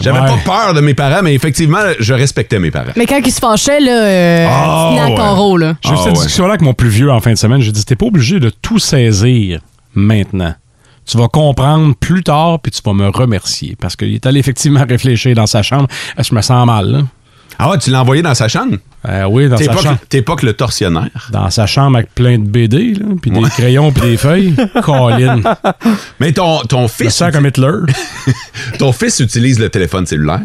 [SPEAKER 3] J'avais
[SPEAKER 4] ouais.
[SPEAKER 3] pas peur de mes parents, mais effectivement, je respectais mes parents.
[SPEAKER 5] Mais quand il se fâchait, là, euh,
[SPEAKER 3] Ah,
[SPEAKER 5] tu tenais
[SPEAKER 3] ouais.
[SPEAKER 5] à carreau, là.
[SPEAKER 4] J'ai eu cette discussion-là avec mon plus vieux en fin de semaine. J'ai dit, t'es pas obligé de tout saisir maintenant. Tu vas comprendre plus tard, puis tu vas me remercier. Parce qu'il est allé effectivement réfléchir dans sa chambre. Ah, Je me sens mal. là. Euh,
[SPEAKER 3] Ah ouais, tu l'as envoyé dans sa chambre?
[SPEAKER 4] oui, dans
[SPEAKER 3] T'es
[SPEAKER 4] sa
[SPEAKER 3] pas,
[SPEAKER 4] chambre.
[SPEAKER 3] que- t'es pas que le tortionnaire.
[SPEAKER 4] Dans sa chambre avec plein de BD, là, puis des crayons, puis des feuilles. Colin.
[SPEAKER 3] Mais ton, ton fils.
[SPEAKER 4] comme Hitler.
[SPEAKER 3] ton fils utilise le téléphone cellulaire.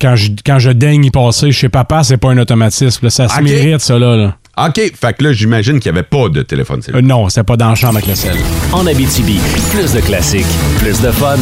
[SPEAKER 4] quand je, quand je daigne y passer chez papa, c'est pas un automatisme. là. Ça se
[SPEAKER 3] Ok.
[SPEAKER 4] mérite, ça, là. là.
[SPEAKER 3] OK, fait que là, j'imagine qu'il n'y avait pas de téléphone cellulaire.
[SPEAKER 4] Euh, non, c'est pas dans la chambre avec le sel.
[SPEAKER 2] En Abitibi, plus de classiques, plus de fun.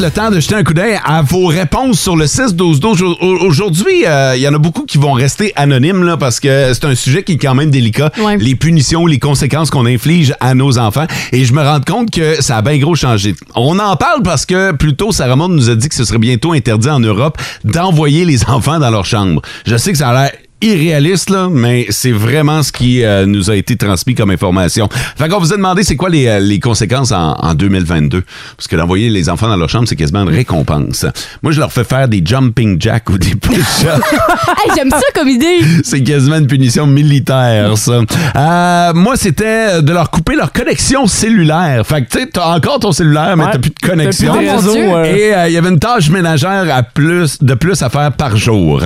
[SPEAKER 3] le temps de jeter un coup d'œil à vos réponses sur le 6-12-12. Au- au- Aujourd'hui, euh, il y en a beaucoup qui vont rester anonymes là, parce que c'est un sujet qui est quand même délicat. Les punitions, les conséquences qu'on inflige à nos enfants. Et je me rends compte que ça a bien gros changé. On en parle parce que plus tôt, Sarah Maud nous a dit que ce serait bientôt interdit en Europe d'envoyer les enfants dans leur chambre. Je sais que ça a l'air irréaliste, là, mais c'est vraiment ce qui euh, nous a été transmis comme information. Fait qu'on vous a demandé c'est quoi les, euh, les conséquences en, en 2022. Parce que d'envoyer les enfants dans leur chambre, c'est quasiment une récompense. Moi, je leur fais faire des jumping jacks ou des push-ups.
[SPEAKER 5] Hey, j'aime ça comme idée.
[SPEAKER 3] C'est quasiment une punition militaire, ça. Euh, moi, c'était de leur couper leur connexion cellulaire. Fait que, tu sais, t'as encore ton cellulaire, mais
[SPEAKER 6] Ouais.
[SPEAKER 3] t'as plus de
[SPEAKER 6] T'as plus de
[SPEAKER 3] connexion.
[SPEAKER 6] réseau,
[SPEAKER 3] Et
[SPEAKER 6] euh.
[SPEAKER 3] euh, il y avait une tâche ménagère à plus, de plus à faire par jour.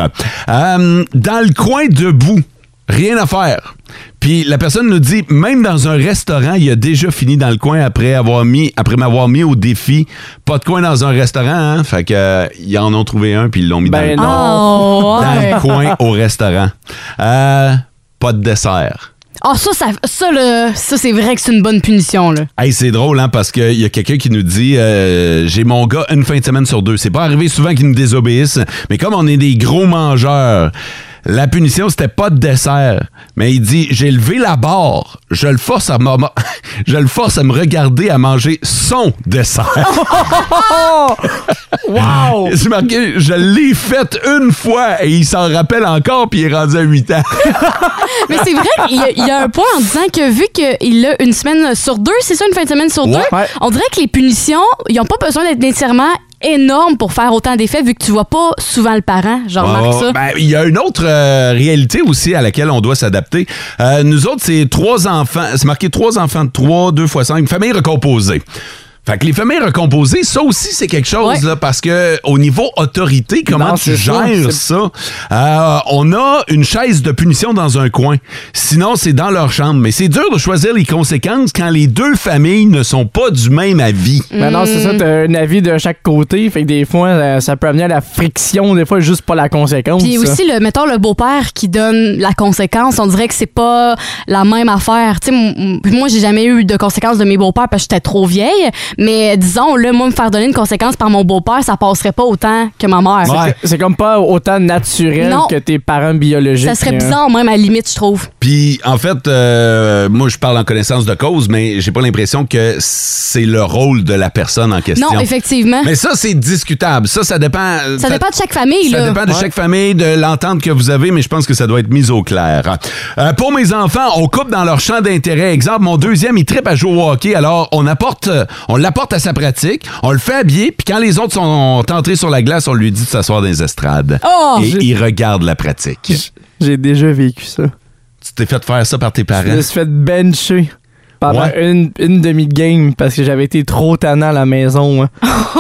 [SPEAKER 3] Euh, dans le coin debout, rien à faire. Puis la personne nous dit, même dans un restaurant, il a déjà fini dans le coin après avoir mis, après m'avoir mis au défi. Pas de coin dans un restaurant, hein? Fait que euh, ils en ont trouvé un puis ils l'ont mis
[SPEAKER 6] Ben
[SPEAKER 3] dans
[SPEAKER 5] non.
[SPEAKER 3] le
[SPEAKER 5] Oh,
[SPEAKER 3] dans
[SPEAKER 5] ouais.
[SPEAKER 3] le coin au restaurant. Euh, pas de dessert.
[SPEAKER 5] Ah, ça, ça, ça, là, ça c'est vrai que c'est une bonne punition, là.
[SPEAKER 3] Hey, c'est drôle, hein, parce qu'il y a quelqu'un qui nous dit euh, J'ai mon gars une fin de semaine sur deux. C'est pas arrivé souvent qu'il nous désobéisse, mais comme on est des gros mangeurs, la punition, c'était pas de dessert. Mais il dit J'ai levé la barre. Je le force à me, je le force à me regarder à manger son
[SPEAKER 9] Ah.
[SPEAKER 3] dessert.
[SPEAKER 10] wow!
[SPEAKER 3] C'est marqué, je l'ai faite une fois et il s'en rappelle encore puis il est rendu à 8 ans.
[SPEAKER 5] Mais c'est vrai qu'il y a- il y, a un point en disant que vu qu'il a une semaine sur deux, c'est ça, une fin de semaine sur
[SPEAKER 3] Ouais.
[SPEAKER 5] deux,
[SPEAKER 3] Ouais.
[SPEAKER 5] on dirait que les punitions, ils n'ont pas besoin d'être nécessairement énormes pour faire autant d'effets vu que tu vois pas souvent le parent. Je remarque
[SPEAKER 3] Oh,
[SPEAKER 5] ça.
[SPEAKER 3] ben, il y a une autre euh, réalité aussi à laquelle on doit s'adapter. Euh, nous autres, c'est trois enfants. C'est marqué trois enfants de trois, deux fois cinq, une famille recomposée. Fait que les familles recomposées, ça aussi, c'est quelque chose, là, parce que au niveau autorité, comment
[SPEAKER 6] Non,
[SPEAKER 3] tu
[SPEAKER 6] c'est ça,
[SPEAKER 3] gères
[SPEAKER 6] c'est-
[SPEAKER 3] ça? Euh, on a une chaise de punition dans un coin. Sinon, c'est dans leur chambre. Mais c'est dur de choisir les conséquences quand les deux familles ne sont pas du même avis.
[SPEAKER 6] Mais Ben non, c'est
[SPEAKER 5] Mm.
[SPEAKER 6] ça, t'as un avis de chaque côté. Fait que des fois, euh, ça peut amener à la friction, des fois, juste pas la conséquence.
[SPEAKER 5] Puis
[SPEAKER 6] ça.
[SPEAKER 5] aussi, le, mettons, le beau-père qui donne la conséquence, on dirait que c'est pas la même affaire. Tu sais, m- m- moi, j'ai jamais eu de conséquences de mes beaux-pères parce que j'étais trop vieille. Mais disons, là, moi, me faire donner une conséquence par mon beau-père, ça passerait pas autant que ma mère.
[SPEAKER 6] C'est- C'est comme pas autant naturel
[SPEAKER 5] Non.
[SPEAKER 6] que tes parents biologiques.
[SPEAKER 5] Ça serait
[SPEAKER 6] là.
[SPEAKER 5] bizarre, même à la limite, je trouve.
[SPEAKER 3] Puis, en fait, euh, moi, je parle en connaissance de cause, mais j'ai pas l'impression que c'est le rôle de la personne en question.
[SPEAKER 5] Non, effectivement.
[SPEAKER 3] Mais ça, c'est discutable. Ça, ça dépend.
[SPEAKER 5] Ça dépend de chaque famille,
[SPEAKER 3] Ça
[SPEAKER 5] là.
[SPEAKER 3] dépend de
[SPEAKER 5] Ouais.
[SPEAKER 3] chaque famille, de l'entente que vous avez, mais je pense que ça doit être mis au clair. Euh, pour mes enfants, on coupe dans leur champ d'intérêt. Exemple, mon deuxième, il tripe à jouer au hockey, alors on apporte, euh, on l'apporte à sa pratique, on le fait habiller, puis quand les autres sont entrés sur la glace, on lui dit de s'asseoir dans les estrades.
[SPEAKER 5] Oh!
[SPEAKER 3] Et il regarde la pratique.
[SPEAKER 6] J'ai déjà vécu ça.
[SPEAKER 3] Tu t'es fait faire ça par tes
[SPEAKER 6] Je
[SPEAKER 3] parents.
[SPEAKER 6] me suis fait bencher pendant une, une demi-game parce que j'avais été trop tannant à la maison. hein.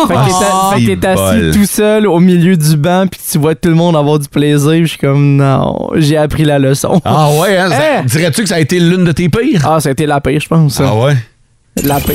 [SPEAKER 6] fait que
[SPEAKER 3] Ah,
[SPEAKER 6] t'es- fait que
[SPEAKER 3] c'est
[SPEAKER 6] t'es assis
[SPEAKER 3] bol.
[SPEAKER 6] tout seul au milieu du banc puis tu vois tout le monde avoir du plaisir. Je suis comme, non, j'ai appris la leçon.
[SPEAKER 3] Ah ouais, hein? Ça-
[SPEAKER 6] Hein?
[SPEAKER 3] dirais-tu que ça a été l'une de tes pires?
[SPEAKER 6] Ah, ça a été la pire, je pense.
[SPEAKER 3] Ah ouais?
[SPEAKER 6] La pire.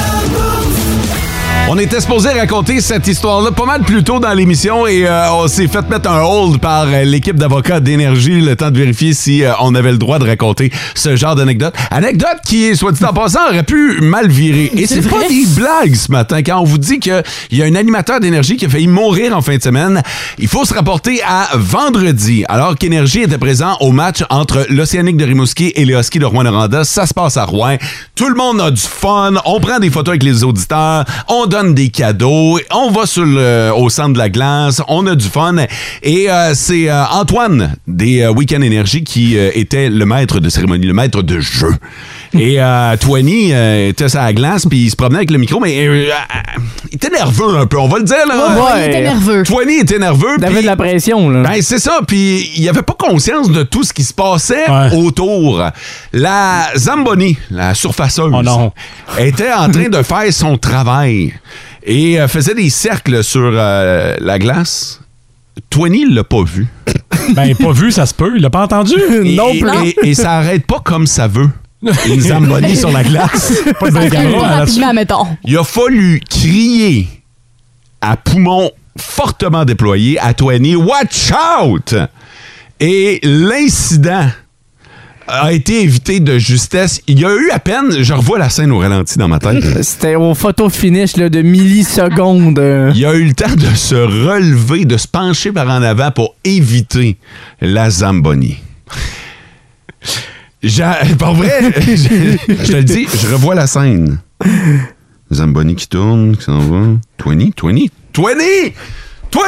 [SPEAKER 3] On était supposé raconter cette histoire-là pas mal plus tôt dans l'émission et euh, on s'est fait mettre un hold par euh, l'équipe d'avocats d'énergie le temps de vérifier si euh, on avait le droit de raconter ce genre d'anecdote. Anecdote qui, soit dit en passant, aurait pu mal virer. Et c'est pas des blagues ce matin. Quand on vous dit qu'il y a un animateur d'énergie qui a failli mourir en fin de semaine, il faut se rapporter à vendredi, alors qu'Énergie était présent au match entre l'Océanique de Rimouski et les Huskies de Rouen-Noranda. Ça se passe à Rouen. Tout le monde a du fun. On prend des photos avec les auditeurs. On donne des cadeaux. On va sur le- au centre de la glace. On a du fun. Et euh, c'est euh, Antoine des euh, Week-end Énergie qui euh, était le maître de cérémonie, le maître de jeu. Et euh, Twenny euh, était sur la glace, puis il se promenait avec le micro, mais euh, euh, il était nerveux un peu, on va le dire.
[SPEAKER 6] Ouais,
[SPEAKER 3] Là.
[SPEAKER 6] ouais, il était nerveux.
[SPEAKER 3] Twenny était nerveux. Il avait de
[SPEAKER 6] la pression. Là.
[SPEAKER 3] Ben, c'est ça, puis il avait pas conscience de tout ce qui se passait autour. La Zamboni, la surfaceuse,
[SPEAKER 6] Oh
[SPEAKER 3] était en train de faire son travail et euh, faisait des cercles sur euh, la glace. Twenny l'a pas vu.
[SPEAKER 4] Ben, pas vu, ça se peut. Il l'a pas entendu.
[SPEAKER 3] Et- Et, et ça arrête pas comme ça veut. Une Zamboni sur la glace.
[SPEAKER 5] Pas de
[SPEAKER 3] Baccarat, là-dessus.
[SPEAKER 5] rapidement, mettons.
[SPEAKER 3] Il a fallu crier à poumon fortement déployé à Twenty Watch out! Et l'incident a été évité de justesse. Il y a eu à peine, je revois la scène au ralenti dans ma tête.
[SPEAKER 6] C'était au photo finish là, de millisecondes.
[SPEAKER 3] Il y a eu le temps de se relever, de se pencher par en avant pour éviter la Zamboni. J'a- Pour vrai, je, je te le dis, je revois la scène. Zamboni qui tourne, qui s'en va. 20, 20, 20! 20!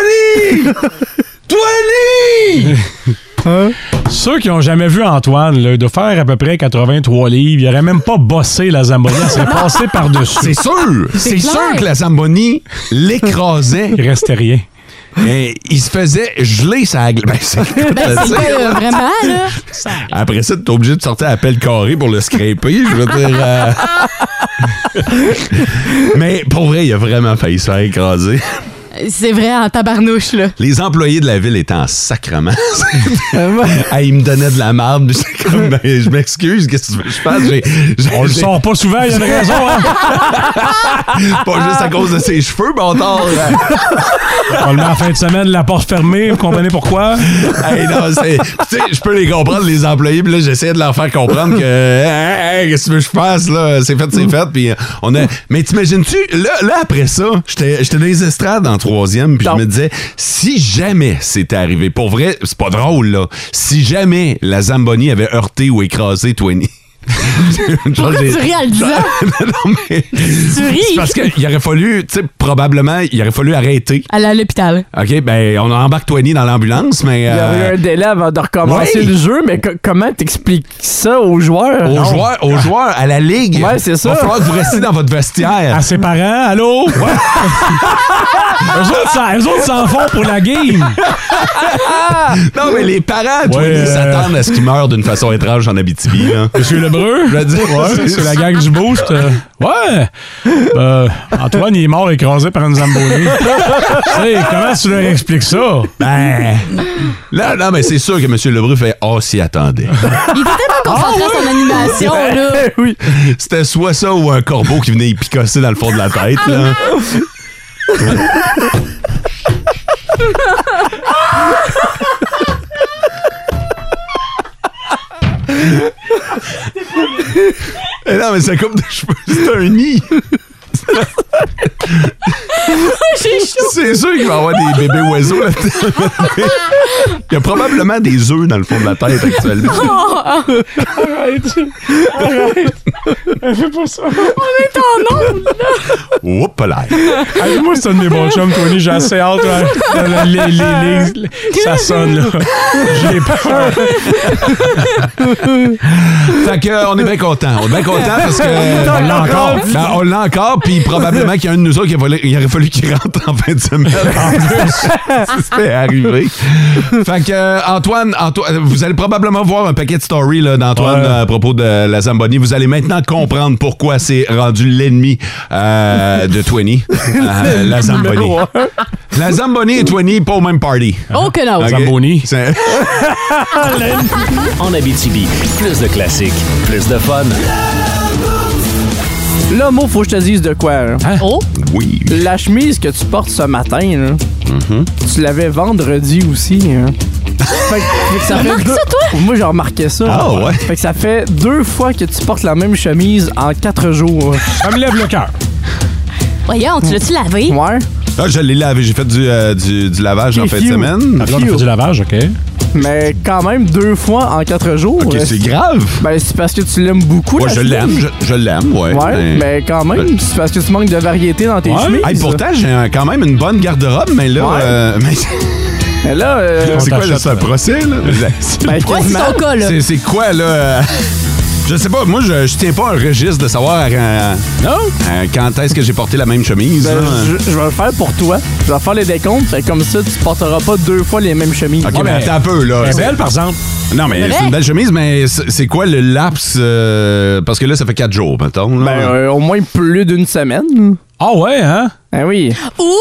[SPEAKER 3] 20!
[SPEAKER 4] Ceux qui n'ont jamais vu Antoine, là, de faire à peu près 83 livres, il n'aurait même pas bossé la Zamboni, il serait passé par-dessus.
[SPEAKER 3] C'est sûr! C'est sûr que la Zamboni l'écrasait. Il
[SPEAKER 4] restait rien.
[SPEAKER 3] Mais il se faisait geler sa glace. Ben, c'est-
[SPEAKER 5] Ben, c'est pas vraiment, là.
[SPEAKER 3] Après ça, t'es obligé de sortir à pelle carré pour le scraper. Je veux dire. euh, Mais pour vrai, il a vraiment failli se faire écraser.
[SPEAKER 5] C'est vrai, en tabarnouche, là.
[SPEAKER 3] Les employés de la ville étaient en sacrement. Hey, ils me donnaient de la marde. puis j'étais comme, ben, je m'excuse, qu'est-ce que tu veux que je fasse? J'ai- j'ai-
[SPEAKER 4] On le
[SPEAKER 3] j'ai-
[SPEAKER 4] sort pas souvent, il y a une raison. hein?
[SPEAKER 3] Pas juste à cause de ses cheveux, bâtard.
[SPEAKER 4] On le met en fin de semaine, la porte fermée, vous comprenez pourquoi?
[SPEAKER 3] Hey, non, c'est- tu sais, je peux les comprendre, les employés, puis là, j'essayais de leur faire comprendre que, Hey, hey, qu'est-ce que tu veux que je fasse, là? C'est fait, c'est fait, puis euh, on a. Mais t'imagines-tu, là, là, après ça, j'étais j'étais dans les estrades en troisième, puis je me disais, si jamais c'était arrivé, pour vrai, c'est pas drôle, là, si jamais la Zamboni avait heurté ou écrasé Twenty. Pourquoi
[SPEAKER 5] tu ris en le disant?
[SPEAKER 3] non, mais.
[SPEAKER 5] ris?
[SPEAKER 3] C'est parce qu'il aurait fallu, tu sais, probablement, il aurait fallu arrêter.
[SPEAKER 6] Ah.
[SPEAKER 5] Aller à l'hôpital.
[SPEAKER 3] OK, ben, on embarque Twenty dans l'ambulance, mais.
[SPEAKER 6] Il y
[SPEAKER 3] euh,
[SPEAKER 6] avait un délai avant de recommencer
[SPEAKER 3] Oui.
[SPEAKER 6] le jeu, mais co- comment t'expliques ça aux joueurs?
[SPEAKER 3] Aux
[SPEAKER 6] Non. Ah.
[SPEAKER 3] joueurs, aux joueurs, à la ligue.
[SPEAKER 6] Ouais, c'est ça.
[SPEAKER 3] Va falloir que vous restiez dans votre vestiaire.
[SPEAKER 4] À ses parents, allô? eux, autres, s'en- eux autres s'en font pour la game.
[SPEAKER 3] non, mais les parents, toi,
[SPEAKER 4] Ouais,
[SPEAKER 3] ils
[SPEAKER 4] euh,
[SPEAKER 3] s'attendent à ce qu'ils meurent d'une façon étrange en Abitibi. Là.
[SPEAKER 4] Monsieur Lebreu?
[SPEAKER 3] Je veux dire,
[SPEAKER 4] Ouais, c'est la gang du boost. euh, ouais! Euh, Antoine, il est mort écrasé par une Zamboni. tu sais, comment tu leur expliques ça?
[SPEAKER 3] Ben. Là, non, mais c'est sûr que M. Lebreu fait Ah, s'y attendait. Eh
[SPEAKER 5] Il était pas
[SPEAKER 3] Ah
[SPEAKER 5] concentré à son animation, là.
[SPEAKER 3] oui. C'était soit ça ou un corbeau qui venait y picosser dans le fond de la tête. Là. Eh non, mais sa coupe de cheveux, c'est un nid.
[SPEAKER 5] J'ai chaud.
[SPEAKER 3] C'est sûr qu'il va y avoir des bébés oiseaux là-dedans. Il y a probablement des œufs dans le fond de la tête actuellement.
[SPEAKER 5] Oh,
[SPEAKER 4] Arrête! Arrête! Fais pas ça!
[SPEAKER 5] On est en onde, là.
[SPEAKER 3] Oups là.
[SPEAKER 4] Hey, moi, c'est un de mes bons chums, Tony. J'ai assez hâte. là. Là, les- les- les- les- ça sonne, là. J'ai peur.
[SPEAKER 3] Fait que, euh, on est bien content. On est bien content parce que.
[SPEAKER 4] On l'a encore.
[SPEAKER 3] Ben, on l'a encore, puis probablement qu'il y a un de nous autres qui a volé- il aurait fallu qu'il rentre en fin de semaine. C'était arrivé. Fait que, euh, Antoine, Antoine, vous allez probablement voir un paquet de stories là, d'Antoine
[SPEAKER 4] Ouais.
[SPEAKER 3] euh, à propos de la Zamboni. Vous allez maintenant comprendre pourquoi c'est rendu l'ennemi euh, de 20. euh,
[SPEAKER 4] Ah,
[SPEAKER 3] la Zamboni. La Zamboni et 20, pas au même party.
[SPEAKER 5] Oh que non.
[SPEAKER 3] Ok? C'est-
[SPEAKER 2] En Abitibi, plus de classiques, plus de fun.
[SPEAKER 6] Là, Mo, faut que je te dise de quoi. là.
[SPEAKER 4] Hein?
[SPEAKER 5] Oh,
[SPEAKER 3] Oui. Mm-hmm.
[SPEAKER 6] La chemise que tu portes ce matin, là, tu l'avais vendredi aussi. hein. Fait que, fait que ça fait
[SPEAKER 5] Remarque
[SPEAKER 6] deux-
[SPEAKER 5] ça, toi?
[SPEAKER 6] Moi, j'ai remarqué ça.
[SPEAKER 3] Ah, ouais.
[SPEAKER 6] Fait que ça fait deux fois que tu portes la même chemise en quatre jours.
[SPEAKER 4] Ça me lève le cœur.
[SPEAKER 5] voyons, tu l'as-tu lavé?
[SPEAKER 6] Ouais.
[SPEAKER 3] Ah, je l'ai lavé. J'ai fait du, euh, du, du lavage en
[SPEAKER 6] Ok,
[SPEAKER 3] fin de
[SPEAKER 6] phew.
[SPEAKER 3] semaine.
[SPEAKER 4] Là, on a fait du lavage, OK?
[SPEAKER 6] Mais quand même, deux fois en quatre jours.
[SPEAKER 3] Ok, c'est grave.
[SPEAKER 6] Ben, c'est parce que tu l'aimes beaucoup.
[SPEAKER 3] Moi,
[SPEAKER 6] la
[SPEAKER 3] je
[SPEAKER 6] chemise.
[SPEAKER 3] l'aime, je, je l'aime, ouais. ben,
[SPEAKER 6] Ouais, mais quand même, c'est parce que tu manques de variété dans tes
[SPEAKER 4] Ouais.
[SPEAKER 6] chemises.
[SPEAKER 3] Hey, pourtant, j'ai un- quand même une bonne garde-robe, mais là,
[SPEAKER 6] Ouais.
[SPEAKER 3] euh, mais-
[SPEAKER 6] Mais là, euh,
[SPEAKER 3] c'est quoi
[SPEAKER 4] t'achète,
[SPEAKER 3] là, c'est un
[SPEAKER 4] là.
[SPEAKER 3] procès là C'est-
[SPEAKER 6] ben,
[SPEAKER 5] Ouais, c'est
[SPEAKER 6] quasiment.
[SPEAKER 5] son cas, là.
[SPEAKER 3] C'est c'est quoi là euh, Je sais pas, moi je, je tiens pas un registre de savoir euh, euh, quand est-ce que j'ai porté la même chemise.
[SPEAKER 6] Ben,
[SPEAKER 3] là.
[SPEAKER 6] je, je vais le faire pour toi. Je vais faire les décomptes. Fait que comme ça, tu porteras pas deux fois les mêmes chemises.
[SPEAKER 3] Ok,
[SPEAKER 4] Ouais,
[SPEAKER 3] mais
[SPEAKER 4] mais-
[SPEAKER 3] attends un peu là.
[SPEAKER 4] Elle est
[SPEAKER 3] C'est-
[SPEAKER 4] belle, par exemple.
[SPEAKER 3] Non mais
[SPEAKER 5] Vrai?
[SPEAKER 3] c'est une belle chemise, mais c'est c'est quoi le laps euh, Parce que là ça fait quatre jours,
[SPEAKER 4] Ben,
[SPEAKER 3] mettons. là.
[SPEAKER 6] Ben, euh, au moins plus d'une semaine.
[SPEAKER 4] Ah ouais, hein?
[SPEAKER 6] Ah oui.
[SPEAKER 5] Ou,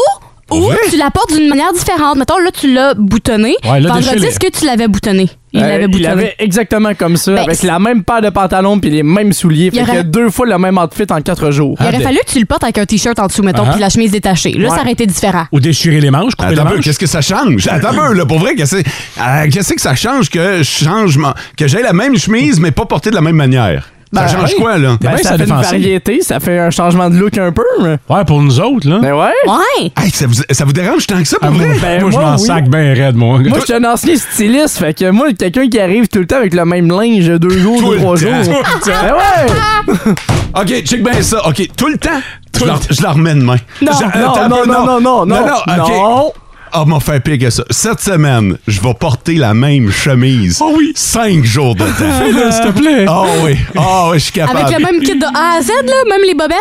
[SPEAKER 5] Ou tu la portes d'une manière différente. Mettons, là, tu l'as boutonné.
[SPEAKER 6] Ouais, là,
[SPEAKER 5] Vendredi,
[SPEAKER 6] déchiré.
[SPEAKER 5] est-ce que tu l'avais boutonné? Il
[SPEAKER 6] Euh,
[SPEAKER 5] l'avait
[SPEAKER 6] il
[SPEAKER 5] boutonné.
[SPEAKER 6] avait exactement comme ça,
[SPEAKER 5] Ben,
[SPEAKER 6] avec
[SPEAKER 5] c'est-
[SPEAKER 6] la même paire de pantalons puis les mêmes souliers.
[SPEAKER 5] Il
[SPEAKER 6] Fait
[SPEAKER 5] aurait-
[SPEAKER 6] que deux fois le même outfit en quatre jours.
[SPEAKER 4] Ah,
[SPEAKER 3] Ah,
[SPEAKER 5] Il aurait
[SPEAKER 4] ben,
[SPEAKER 5] fallu
[SPEAKER 3] ben.
[SPEAKER 5] que tu le portes avec un t-shirt en dessous, mettons,
[SPEAKER 6] Uh-huh.
[SPEAKER 5] puis la chemise détachée. Là,
[SPEAKER 6] Ouais.
[SPEAKER 5] ça aurait été différent.
[SPEAKER 4] Ou déchirer les manches, couper
[SPEAKER 3] Attends
[SPEAKER 4] les
[SPEAKER 3] un peu,
[SPEAKER 4] manches.
[SPEAKER 3] qu'est-ce que ça change? Attends un peu, là, pour vrai, qu'est-ce que euh, qu'est-ce que ça change que je change mon- que j'ai la même chemise, mais pas portée de la même manière?
[SPEAKER 6] Ben,
[SPEAKER 3] ça change
[SPEAKER 6] oui.
[SPEAKER 3] quoi, là?
[SPEAKER 6] Ben, ça, fait une variété, ça fait un changement de look un peu.
[SPEAKER 4] Ouais, pour nous autres, là.
[SPEAKER 6] Mais ouais. Ben,
[SPEAKER 5] Ouais.
[SPEAKER 3] Hey, ça, vous, ça vous dérange tant que ça, pour
[SPEAKER 4] Ah, moi, ben,
[SPEAKER 3] vrai?
[SPEAKER 4] moi, je m'en sac bien raide, mon gars.
[SPEAKER 6] Moi, je suis un ancien styliste, fait que moi, quelqu'un qui arrive tout le temps avec le même linge deux jours,
[SPEAKER 3] Tout
[SPEAKER 6] deux,
[SPEAKER 3] le
[SPEAKER 6] trois jours.
[SPEAKER 3] temps. Tout le temps.
[SPEAKER 6] Ben ouais!
[SPEAKER 3] OK, check bien ça. OK, tout le temps, je, la, je la remets demain.
[SPEAKER 6] Non,
[SPEAKER 3] Je-
[SPEAKER 6] non,
[SPEAKER 3] attends un
[SPEAKER 6] non,
[SPEAKER 3] peu,
[SPEAKER 6] non, non, non,
[SPEAKER 3] non, OK.
[SPEAKER 6] non.
[SPEAKER 3] Ah, m'a fait pire que ça. Cette semaine, je vais porter la même chemise. Oh oui. Cinq jours de temps.
[SPEAKER 5] Fais-le, s'il te
[SPEAKER 4] plaît.
[SPEAKER 3] Ah oui. Ah oui, je suis capable.
[SPEAKER 5] Avec le même kit de A à Z, là, même les bobettes.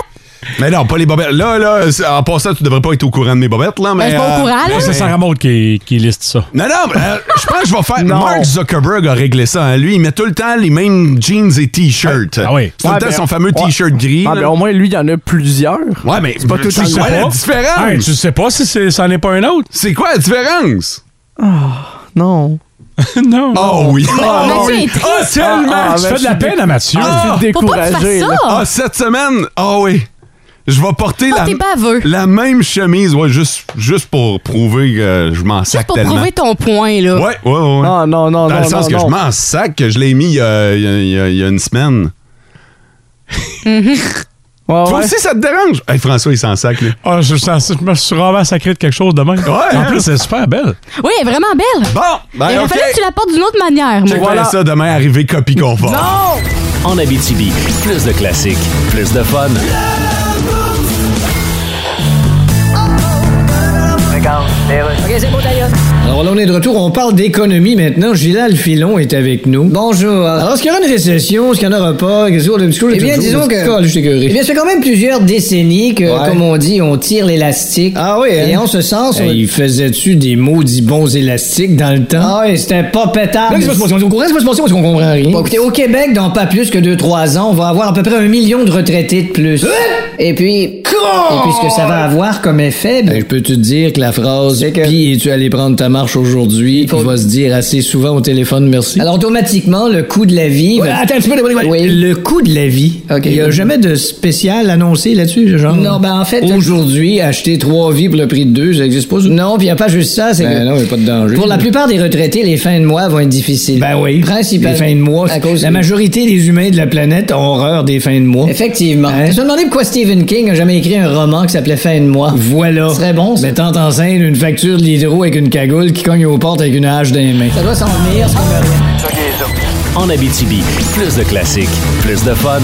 [SPEAKER 3] Mais non, pas les bobettes. Là, là, c'est- en passant, tu devrais pas être au courant de mes bobettes, là.
[SPEAKER 5] Ben, je
[SPEAKER 3] Mais,
[SPEAKER 5] suis pas au
[SPEAKER 3] euh,
[SPEAKER 5] courant, là.
[SPEAKER 3] mais-
[SPEAKER 4] Là, c'est Sarah Maud qui, qui liste ça.
[SPEAKER 3] Non, non, mais, euh, je pense que je vais faire. Mark Zuckerberg a réglé ça. hein. Lui, il met tout le temps les mêmes jeans et t-shirts. Ah oui. Tout le
[SPEAKER 6] Ouais,
[SPEAKER 3] temps
[SPEAKER 6] ben,
[SPEAKER 3] son fameux
[SPEAKER 6] ouais.
[SPEAKER 3] t-shirt gris.
[SPEAKER 6] Ah,
[SPEAKER 3] là.
[SPEAKER 6] ben, au moins, lui, il y en a plusieurs.
[SPEAKER 3] Ouais, mais
[SPEAKER 6] C'est pas tout
[SPEAKER 3] tu
[SPEAKER 6] le
[SPEAKER 3] sais
[SPEAKER 6] temps
[SPEAKER 3] quoi
[SPEAKER 6] le
[SPEAKER 3] la
[SPEAKER 6] même.
[SPEAKER 3] différence?
[SPEAKER 6] Hey,
[SPEAKER 4] tu sais pas si c'est- ça n'est pas un autre.
[SPEAKER 3] C'est quoi la différence?
[SPEAKER 6] non.
[SPEAKER 4] non.
[SPEAKER 3] Oh oui.
[SPEAKER 6] Ah, Mais
[SPEAKER 3] Oh,
[SPEAKER 6] Mathieu
[SPEAKER 3] oui.
[SPEAKER 6] est triste.
[SPEAKER 3] Ah, tellement.
[SPEAKER 6] Ah, ah,
[SPEAKER 3] Tu
[SPEAKER 6] ben,
[SPEAKER 3] fais de
[SPEAKER 6] je
[SPEAKER 3] la
[SPEAKER 6] suis dé-
[SPEAKER 3] peine à Mathieu.
[SPEAKER 6] Ah, je suis Faut pas que tu découragé, fasses ça. là.
[SPEAKER 3] Ah, cette semaine. Ah oui. Je vais porter
[SPEAKER 5] Ah,
[SPEAKER 3] la,
[SPEAKER 5] t'es baveux.
[SPEAKER 3] la même chemise, ouais, juste, juste pour prouver que je m'en sac
[SPEAKER 5] Pour
[SPEAKER 3] tellement.
[SPEAKER 5] prouver ton point, là.
[SPEAKER 3] Ouais, ouais, ouais.
[SPEAKER 6] Ah, non, non,
[SPEAKER 3] Dans
[SPEAKER 6] non,
[SPEAKER 3] le sens
[SPEAKER 6] non,
[SPEAKER 3] que
[SPEAKER 6] non.
[SPEAKER 3] je m'en sac, que je l'ai mis il y a, il y a- il y a- il y a une semaine.
[SPEAKER 5] Mhm.
[SPEAKER 3] Toi aussi, ça te dérange? Hey, François, il s'en sac, lui.
[SPEAKER 4] Ah, je, sens- je me suis vraiment sacré de quelque chose de même. en
[SPEAKER 3] hein?
[SPEAKER 4] plus, c'est super belle.
[SPEAKER 5] Oui, elle est vraiment belle.
[SPEAKER 3] Bon, ben,
[SPEAKER 5] Il aurait
[SPEAKER 3] ok.
[SPEAKER 5] fallu que tu la portes d'une autre manière.
[SPEAKER 3] Check
[SPEAKER 5] moi.
[SPEAKER 3] bien ça demain, arrivé copie conforme.
[SPEAKER 2] En Abitibi, plus de classiques, plus de fun.
[SPEAKER 8] Ok, c'est bon, ta gueule.
[SPEAKER 7] Alors là, on est de retour, on parle d'économie maintenant. Gilal Filon est avec nous. Bonjour. Alors, est-ce qu'il y aura une récession? Est-ce qu'il n'y en aura pas? Qu'est-ce qu'il y a de petit coup, j'ai
[SPEAKER 8] Eh bien,
[SPEAKER 7] toujours-
[SPEAKER 8] disons que-
[SPEAKER 7] Colle, je suis écoeuré.
[SPEAKER 8] Eh bien, ça fait quand même plusieurs décennies que,
[SPEAKER 7] Ouais.
[SPEAKER 8] comme on dit, on tire l'élastique.
[SPEAKER 7] Ah oui, hein?
[SPEAKER 8] Et en ce sens, on-
[SPEAKER 7] Hey, il faisait-tu des maudits bons élastiques dans le temps?
[SPEAKER 8] Ah oui, c'était pas pétable.
[SPEAKER 7] Là, qu'est-ce qui va se passer? On est au courant, qu'est-ce qui va se passer? Parce qu'on comprend rien.
[SPEAKER 8] Bon, écoutez, au Québec, dans pas plus que 2-3 ans, on va avoir à peu près un million de retraités de plus.
[SPEAKER 7] Hein?
[SPEAKER 8] Et puis... Et puis, ce que ça va avoir comme effet... ben,
[SPEAKER 7] Ben, je peux te dire que la phrase « Puis es-tu allé prendre ta marche aujourd'hui? » Il va se dire assez souvent au téléphone « Merci ».
[SPEAKER 8] Alors, automatiquement, le coût de la vie...
[SPEAKER 7] Ouais,
[SPEAKER 8] va-
[SPEAKER 7] attends un petit peu, attends un petit peu.
[SPEAKER 8] Oui.
[SPEAKER 7] Le coût de la vie.
[SPEAKER 8] Ok.
[SPEAKER 7] Il n'y a jamais de spécial annoncé là-dessus, genre.
[SPEAKER 8] Non, ben, en fait-
[SPEAKER 7] Aujourd'hui, acheter trois vies pour le prix de deux, ça n'existe pas. ça?
[SPEAKER 8] Non, puis il a pas juste ça, c'est
[SPEAKER 7] Ben
[SPEAKER 8] que...
[SPEAKER 7] non, il n'y a pas de danger.
[SPEAKER 8] Pour la plupart des retraités, les fins de mois vont être difficiles.
[SPEAKER 7] Ben oui.
[SPEAKER 8] Principalement.
[SPEAKER 7] Les fins de mois.
[SPEAKER 8] À cause
[SPEAKER 7] la
[SPEAKER 8] de-
[SPEAKER 7] majorité des humains de la planète ont horreur des fins de mois.
[SPEAKER 8] Effectivement.
[SPEAKER 7] Hein?
[SPEAKER 8] Je me demandais pourquoi Stephen King a jamais écrit un roman qui s'appelait Fin de mois.
[SPEAKER 7] Voilà. Ben,
[SPEAKER 8] Ce serait bon, ça.
[SPEAKER 7] Mettant en scène une facture de l'hydro avec une cagoule qui cogne aux portes avec une hache dans les mains.
[SPEAKER 8] Ça doit s'en venir, ce qu'on va dire.
[SPEAKER 2] En Abitibi, plus de classiques, plus de fun.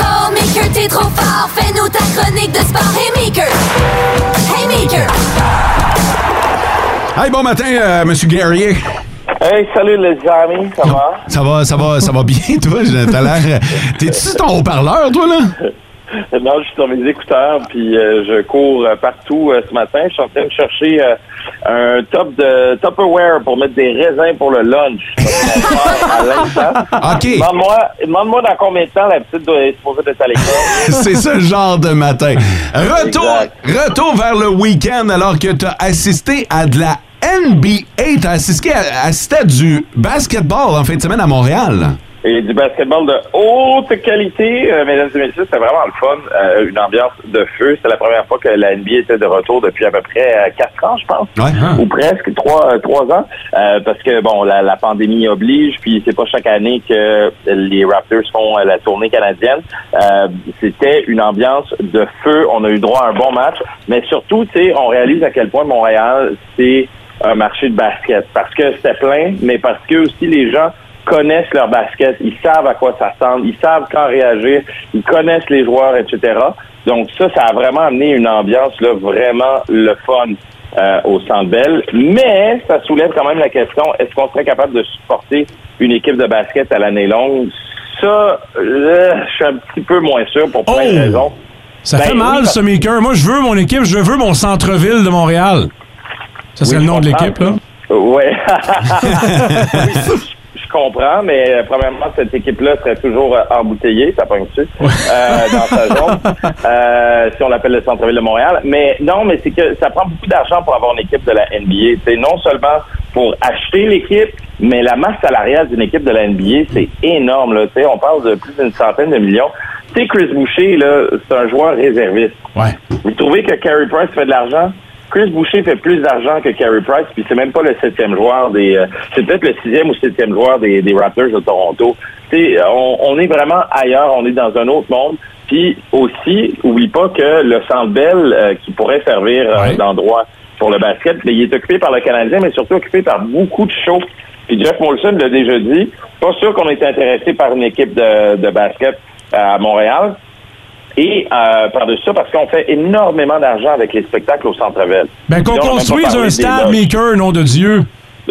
[SPEAKER 13] Oh, Maker, t'es trop fort. Fais-nous ta chronique de sport. Hey, Maker. Hey, Maker.
[SPEAKER 3] Hey, bon matin, euh, Monsieur Guerrier.
[SPEAKER 14] Hey, salut les amis, ça va?
[SPEAKER 3] Ça va, ça va, ça va bien, toi? Je- T'as l'air. T'es-tu sur ton haut-parleur, toi, là?
[SPEAKER 14] Non, je suis dans mes écouteurs, puis euh, je cours euh, partout euh, ce matin. Je suis en train de chercher euh, un top de Tupperware pour mettre des raisins pour le lunch. à l'instant.
[SPEAKER 3] OK.
[SPEAKER 14] Demande-moi demande-moi dans combien de temps la petite doit être supposée être à l'école.
[SPEAKER 3] C'est ce genre de matin. Retour, retour vers le week-end alors que t'as assisté à de la NBA. T'as assisté à, assisté à du basketball en fin de semaine à Montréal.
[SPEAKER 14] Et du basketball de haute qualité, euh, mesdames et messieurs, c'était vraiment le fun. Euh, une ambiance de feu. C'est la première fois que la NBA était de retour depuis à peu près euh, quatre ans, je pense. ou presque trois euh, trois ans euh, parce que bon la, la pandémie oblige puis c'est pas chaque année que les Raptors font euh, la tournée canadienne Euh, c'était une ambiance de feu on a eu droit à un bon match mais surtout tu sais on réalise à quel point Montréal c'est un marché de basket parce que c'était plein mais parce que aussi les gens connaissent leur basket, ils savent à quoi s'attendre, ils savent quand réagir, ils connaissent les joueurs, etc. Donc ça, ça a vraiment amené une ambiance là, vraiment le fun euh, au Centre Bell. Mais ça soulève quand même la question, est-ce qu'on serait capable de supporter une équipe de basket à l'année longue? Ça, euh, je suis un petit peu moins sûr pour plein de
[SPEAKER 4] Oh!
[SPEAKER 14] raisons.
[SPEAKER 4] Ça
[SPEAKER 14] Ben
[SPEAKER 4] fait mal,
[SPEAKER 14] oui,
[SPEAKER 4] ce maker. Moi, je veux mon équipe, je veux mon centre-ville de Montréal. Ça, c'est
[SPEAKER 14] Oui,
[SPEAKER 4] le nom
[SPEAKER 14] je
[SPEAKER 4] de
[SPEAKER 14] comprends.
[SPEAKER 4] l'équipe, là.
[SPEAKER 14] Ouais. Oui, je je comprends, mais euh, premièrement, cette équipe-là serait toujours euh, embouteillée, ça pogne dessus, euh, dans sa zone, euh, si on l'appelle le centre-ville de Montréal. Mais non, mais c'est que ça prend beaucoup d'argent pour avoir une équipe de la NBA. C'est non seulement pour acheter l'équipe, mais la masse salariale d'une équipe de la NBA, c'est énorme. Là. Tu sais, On parle de plus d'une centaine de millions. Tu sais, Chris Boucher, là, c'est un joueur réserviste. Vous trouvez que Carey Price fait de l'argent? Chris Boucher fait plus d'argent que Carey Price, puis c'est même pas le septième joueur des. euh, c'est peut-être le sixième ou septième joueur des, des Raptors de Toronto. Tu sais, On, on est vraiment ailleurs, on est dans un autre monde. Puis aussi, oublie pas que le Centre Bell, euh, qui pourrait servir euh, d'endroit pour le basket, mais il est occupé par le Canadien, mais surtout occupé par beaucoup de shows. Puis Jeff Molson l'a déjà dit, pas sûr qu'on est intéressé par une équipe de, de basket euh, à Montréal. Et euh, par-dessus ça, parce qu'on fait énormément d'argent avec les spectacles au Centre-Ville.
[SPEAKER 4] Ben,
[SPEAKER 14] Puis on a
[SPEAKER 4] qu'on
[SPEAKER 14] même pas
[SPEAKER 4] construise
[SPEAKER 14] parlé
[SPEAKER 4] un
[SPEAKER 14] des
[SPEAKER 4] stade
[SPEAKER 14] loges.
[SPEAKER 4] maker, nom de Dieu.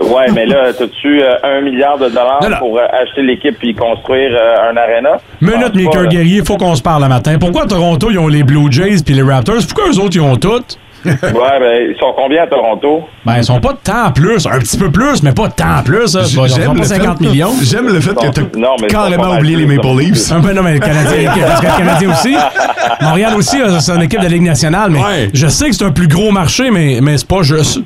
[SPEAKER 14] Ouais, mais là, t'as-tu euh, un milliard de dollars pour euh, acheter l'équipe puis construire euh, un aréna? Je
[SPEAKER 4] Minute,
[SPEAKER 14] pense pas,
[SPEAKER 4] maker
[SPEAKER 14] là.
[SPEAKER 4] guerrier, faut qu'on se parle le matin. Pourquoi à Toronto, ils ont les Blue Jays puis les Raptors? Pourquoi eux autres, ils ont toutes?
[SPEAKER 14] ouais, ben, ils sont combien à Toronto?
[SPEAKER 4] Ben, ils sont pas de temps plus. Un petit peu plus, mais pas de temps plus. hein. Ils
[SPEAKER 3] J'aime
[SPEAKER 4] ont
[SPEAKER 3] le
[SPEAKER 4] pas
[SPEAKER 3] fait-
[SPEAKER 4] 50 millions.
[SPEAKER 3] J'aime le fait que t'as
[SPEAKER 14] Non, mais
[SPEAKER 3] carrément oublié les Maple Leafs.
[SPEAKER 4] Ah, ben non, mais le Canadien, parce que le Canadien aussi. Montréal aussi, euh, c'est une équipe de Ligue nationale, mais je sais que c'est un plus gros marché, mais, mais c'est pas juste.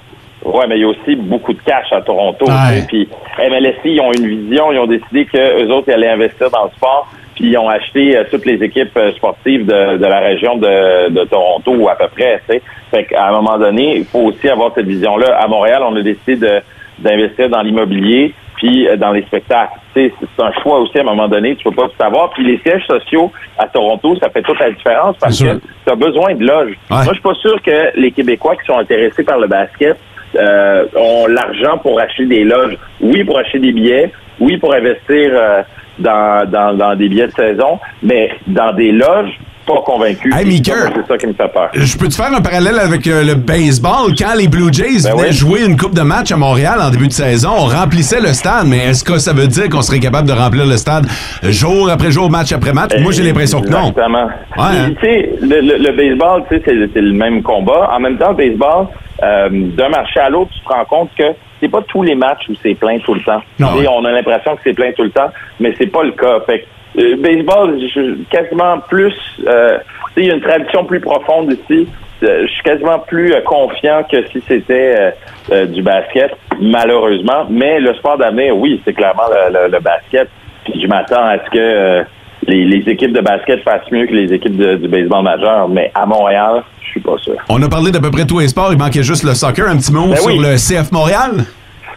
[SPEAKER 14] Ouais, mais il y a aussi beaucoup de cash à Toronto. tu sais, Puis MLSI, ils ont une vision, ils ont décidé que eux autres ils allaient investir dans le sport, puis ils ont acheté euh, toutes les équipes euh, sportives de, de la région de, de Toronto ou à peu près. tu sais. Fait qu'à un moment donné, il faut aussi avoir cette vision-là. À Montréal, on a décidé de- d'investir dans l'immobilier puis euh, dans les spectacles. Tu sais, C'est un choix aussi à un moment donné, tu peux pas tout savoir. Puis les sièges sociaux à Toronto, ça fait toute la différence parce
[SPEAKER 15] C'est sûr.
[SPEAKER 14] que tu as besoin de loges. Moi, je suis pas sûr que les Québécois qui sont intéressés par le basket euh, ont l'argent pour acheter des loges. Oui, pour acheter des billets. Oui, pour investir euh, dans, dans, dans des billets de saison. Mais dans des loges, pas convaincu. c'est ça qui me fait peur.
[SPEAKER 3] Je peux te faire un parallèle avec euh, le baseball. Quand les Blue Jays venaient jouer une coupe de match à Montréal en début de saison, on remplissait le stade. Mais est-ce que ça veut dire qu'on serait capable de remplir le stade jour après jour, match après match? Moi, j'ai l'impression que non.
[SPEAKER 14] Exactement.
[SPEAKER 3] hein.
[SPEAKER 14] Puis, tu sais, le, le- le baseball, tu sais, c'est c'est le même combat. En même temps, le baseball, euh, d'un marché à l'autre, tu te rends compte que c'est pas tous les matchs où c'est plein tout le temps.
[SPEAKER 16] Non,
[SPEAKER 14] Tu sais, On a l'impression que c'est plein tout le temps, mais c'est pas le cas. Fait que, euh, baseball, je suis quasiment plus. euh, tu sais, il y a une tradition plus profonde ici. Euh, Je suis quasiment plus euh, confiant que si c'était euh, euh, du basket, malheureusement. Mais le sport d'avenir, oui, c'est clairement le, le- le basket. Puis je m'attends à ce que euh, les, les équipes de basket fassent mieux que les équipes de- du baseball majeur, mais à Montréal, je suis pas sûr.
[SPEAKER 3] On a parlé d'à peu près tous les sports. Il manquait juste le soccer. Un petit mot
[SPEAKER 14] Ben
[SPEAKER 3] sur
[SPEAKER 14] oui.
[SPEAKER 3] le CF Montréal?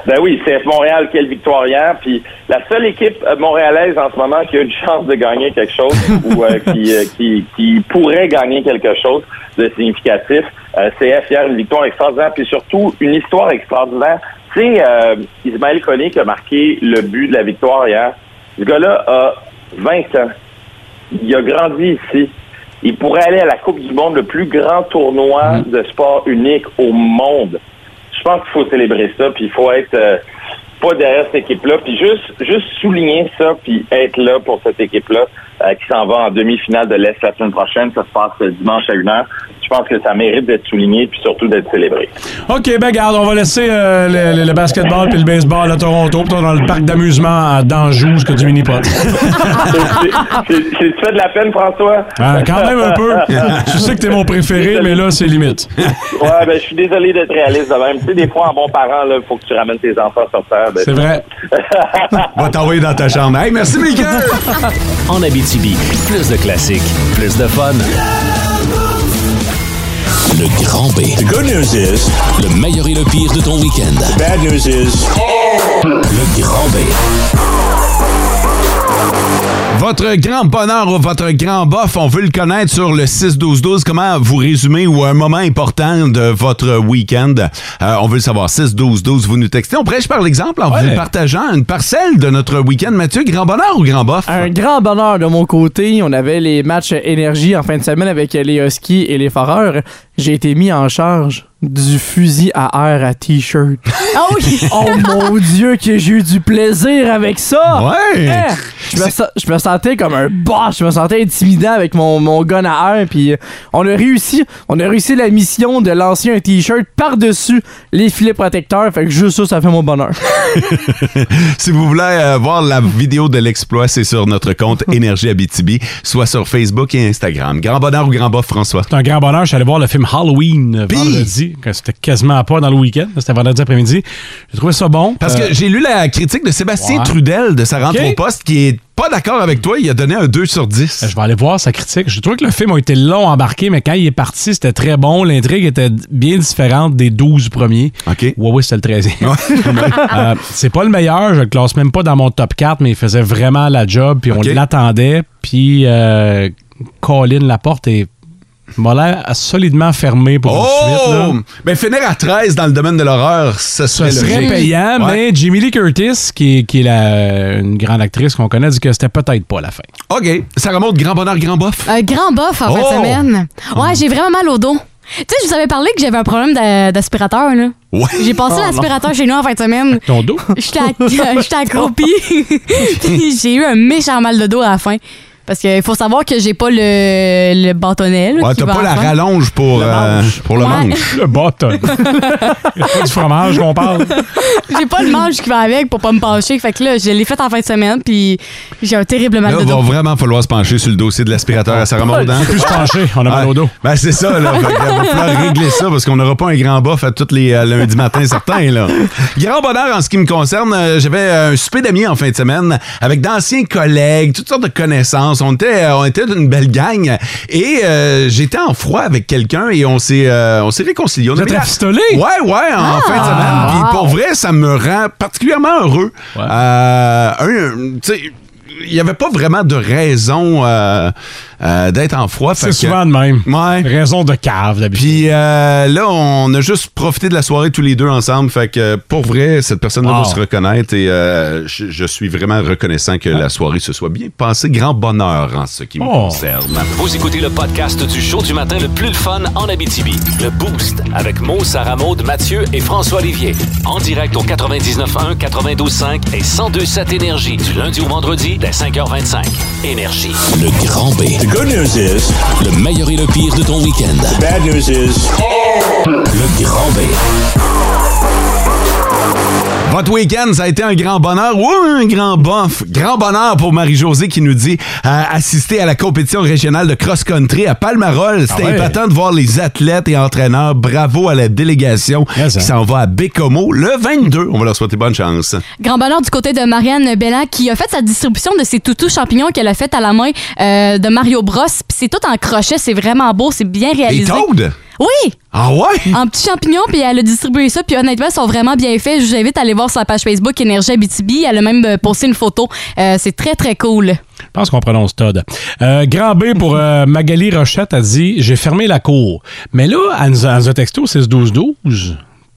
[SPEAKER 14] Ben oui, CF Montréal, quelle victoire hier. Puis la seule équipe euh, montréalaise en ce moment qui a une chance de gagner quelque chose ou euh, qui, euh, qui, qui pourrait gagner quelque chose de significatif. Euh, CF hier, une victoire extraordinaire. Puis surtout, une histoire extraordinaire. C'est euh, Ismaël Koné qui a marqué le but de la victoire hier. Ce gars-là a 20 ans. Il a grandi ici. Il pourrait aller à la Coupe du Monde, le plus grand tournoi de sport unique au monde. Je pense qu'il faut célébrer ça, puis il faut être euh, pas derrière cette équipe-là, puis juste, juste souligner ça, puis être là pour cette équipe-là euh, qui s'en va en demi-finale de l'Est la semaine prochaine. Ça se passe euh, dimanche à 1h. Je pense que ça mérite d'être souligné, puis surtout d'être célébré.
[SPEAKER 4] OK, ben garde, on va laisser euh, le, le- le basketball puis le baseball à Toronto, puis on est dans le parc d'amusement à Danjou, ce que tu mini potes
[SPEAKER 14] C'est tu fais de la peine, François?
[SPEAKER 4] Hein, quand même un peu. Je sais que t'es mon préféré, mais là, c'est limite.
[SPEAKER 14] Ouais, ben, je suis désolé d'être réaliste de même. Tu sais, des fois, en bon parent, il faut que tu ramènes tes enfants sur terre. ben,
[SPEAKER 3] C'est vrai. Va t'envoyer dans ta chambre. Hey, merci, Mika!
[SPEAKER 2] En Abitibi, plus de classiques, plus de fun. Le grand B. The good news is... Le meilleur et le pire de ton week-end. bad news is... Le grand B.
[SPEAKER 3] Votre grand bonheur ou votre grand bof, on veut le connaître sur le 6-12-12. Comment vous résumez ou un moment important de votre week-end? Euh, on veut le savoir. 6-12-12, vous nous textez. On prêche par l'exemple en vous partageant une parcelle de notre week-end. Mathieu, grand bonheur ou grand bof?
[SPEAKER 6] Un grand bonheur de mon côté. On avait les matchs énergie en fin de semaine avec les Huskies et les Foreurs. j'ai été mis en charge du fusil à air à T-shirt. Ah oui! oh mon Dieu, que j'ai eu du plaisir avec ça!
[SPEAKER 3] Ouais!
[SPEAKER 6] Hein? Je, me sen- je me sentais comme un boss, je me sentais intimidant avec mon, mon gun à air, puis euh, on a réussi, on a réussi la mission de lancer un T-shirt par-dessus les filets protecteurs, fait que juste ça, ça fait mon bonheur.
[SPEAKER 3] si vous voulez euh, voir la vidéo de l'exploit, c'est sur notre compte Énergie Abitibi, soit sur Facebook et Instagram. Grand bonheur ou grand bof, François?
[SPEAKER 4] C'est un grand bonheur. Je suis allé voir le film Halloween euh, vendredi, quand c'était quasiment pas dans le week-end. C'était vendredi après-midi. J'ai trouvé ça bon.
[SPEAKER 3] Parce
[SPEAKER 4] Euh,
[SPEAKER 3] que j'ai lu la critique de Sébastien
[SPEAKER 4] ouais.
[SPEAKER 3] Trudel de sa rentre
[SPEAKER 4] Ok.
[SPEAKER 3] au poste qui est pas d'accord avec toi. Il a donné un 2 sur 10.
[SPEAKER 4] Je vais aller voir sa critique. Je trouve que le film a été long à embarquer, mais quand il est parti, c'était très bon. L'intrigue était bien différente des 12 premiers.
[SPEAKER 3] OK.
[SPEAKER 4] Ouais, ouais, c'était le 13e. Euh, c'est pas le meilleur. Je le classe même pas dans mon top 4, mais il faisait vraiment la job, puis
[SPEAKER 3] OK.
[SPEAKER 4] on l'attendait. Puis euh, Colin Laporte est m'a l'air solidement fermé pour une suite. là.
[SPEAKER 3] Oh! Ben, finir à 13 dans le domaine de l'horreur, ce
[SPEAKER 4] Ce
[SPEAKER 3] serait,
[SPEAKER 4] serait
[SPEAKER 3] logique.
[SPEAKER 4] payant, mais
[SPEAKER 3] Ouais.
[SPEAKER 4] Jamie Lee Curtis, qui est, qui est la- une grande actrice qu'on connaît, dit que c'était peut-être pas la fin.
[SPEAKER 3] OK. Ça remonte grand bonheur, grand bof.
[SPEAKER 5] Un grand bof en
[SPEAKER 4] Oh!
[SPEAKER 5] fin de semaine. Ouais, j'ai vraiment mal au dos. Tu sais, je vous avais parlé que j'avais un problème d'a- d'aspirateur, là.
[SPEAKER 3] Ouais.
[SPEAKER 5] J'ai passé
[SPEAKER 3] Oh, non.
[SPEAKER 5] l'aspirateur chez nous en fin de semaine.
[SPEAKER 4] Ton dos?
[SPEAKER 5] J'étais acc- j'étais accroupie. Puis j'ai eu un méchant mal de dos à la fin. Parce qu'il faut savoir que j'ai pas le, le bâtonnet. là,
[SPEAKER 3] Ouais,
[SPEAKER 5] qui
[SPEAKER 3] t'as
[SPEAKER 5] va
[SPEAKER 3] pas
[SPEAKER 5] à
[SPEAKER 3] la
[SPEAKER 5] fin.
[SPEAKER 3] rallonge pour le manche. pour le,
[SPEAKER 5] Ouais.
[SPEAKER 3] manche.
[SPEAKER 4] le bâton. du fromage qu'on parle.
[SPEAKER 5] J'ai pas le manche qui va avec pour pas me pencher. Fait que là, je l'ai fait en fin de semaine, puis j'ai un terrible mal
[SPEAKER 3] Là,
[SPEAKER 5] de
[SPEAKER 3] va
[SPEAKER 5] dos.
[SPEAKER 3] vraiment falloir se pencher sur le dossier de l'aspirateur à Sarah Maud, hein?
[SPEAKER 4] Plus se pencher, on a mal au dos.
[SPEAKER 3] Ben, c'est ça, là. Fait que, Il va falloir régler ça parce qu'on n'aura pas un grand bof à tous les euh, lundis matins certains, là. Grand bonheur en ce qui me concerne. euh, J'avais euh, un souper d'amis en fin de semaine avec d'anciens collègues, toutes sortes de connaissances. On était, euh, on était d'une belle gang et euh, j'étais en froid avec quelqu'un et on s'est, euh, on s'est réconciliés. On
[SPEAKER 4] Vous
[SPEAKER 3] a
[SPEAKER 4] êtes
[SPEAKER 3] mis la-
[SPEAKER 4] rafistolés?
[SPEAKER 3] Ouais, ouais, en
[SPEAKER 5] Ah!
[SPEAKER 3] fin de semaine. Puis pour vrai, ça me rend particulièrement heureux. Euh, un- tu sais, il n'y avait pas vraiment de raison euh, euh, d'être en froid.
[SPEAKER 4] C'est
[SPEAKER 3] fait que-
[SPEAKER 4] souvent de même.
[SPEAKER 3] Ouais.
[SPEAKER 4] Raison de cave, d'habitude.
[SPEAKER 3] Puis euh, là, on a juste profité de la soirée tous les deux ensemble. Fait que euh, pour vrai, cette personne-là
[SPEAKER 4] Wow.
[SPEAKER 3] va se reconnaître et euh, je, je suis vraiment reconnaissant que la soirée se soit bien passée. Grand bonheur en ce qui me
[SPEAKER 2] Oh.
[SPEAKER 3] concerne.
[SPEAKER 2] Vous écoutez le podcast du show du matin le plus le fun en Abitibi. Le Boost avec Mo, Sarah Maud, Mathieu et François Olivier. En direct au 99.1, 92.5 et 102.7 Énergie du lundi au vendredi dès 5h25. Énergie. Le grand B.
[SPEAKER 15] The good news is.
[SPEAKER 2] Le meilleur et le pire de ton week-end.
[SPEAKER 15] The bad news is.
[SPEAKER 2] Le grand B.
[SPEAKER 3] Votre week-end, ça a été un grand bonheur ou un grand bof. Grand bonheur pour Marie-Josée qui nous dit euh, assister à la compétition régionale de cross-country à Palmarol. C'était
[SPEAKER 4] Ah ouais.
[SPEAKER 3] épatant de voir les athlètes et entraîneurs. Bravo à la délégation
[SPEAKER 4] Yes, hein.
[SPEAKER 3] qui s'en va à Bécomo le 22. On va leur souhaiter bonne chance.
[SPEAKER 5] Grand bonheur du côté de Marianne Bellan qui a fait sa distribution de ses toutous champignons qu'elle a fait à la main euh, de Mario Bros. Puis c'est tout en crochet, c'est vraiment beau, c'est bien
[SPEAKER 3] Les
[SPEAKER 5] réalisé.
[SPEAKER 3] Toads?
[SPEAKER 5] Oui!
[SPEAKER 3] Ah ouais?
[SPEAKER 5] En petits champignons, puis elle a distribué ça, puis honnêtement, ils sont vraiment bien faits. Je vous invite à aller voir sa page Facebook Énergie Abitibi. Elle a même euh, posté une photo. Euh, c'est très, très cool.
[SPEAKER 4] Je pense qu'on prononce Todd. Euh, grand B pour euh, Magali Rochette a dit J'ai fermé la cour. Mais là, elle nous a, elle nous a texto 6-12-12.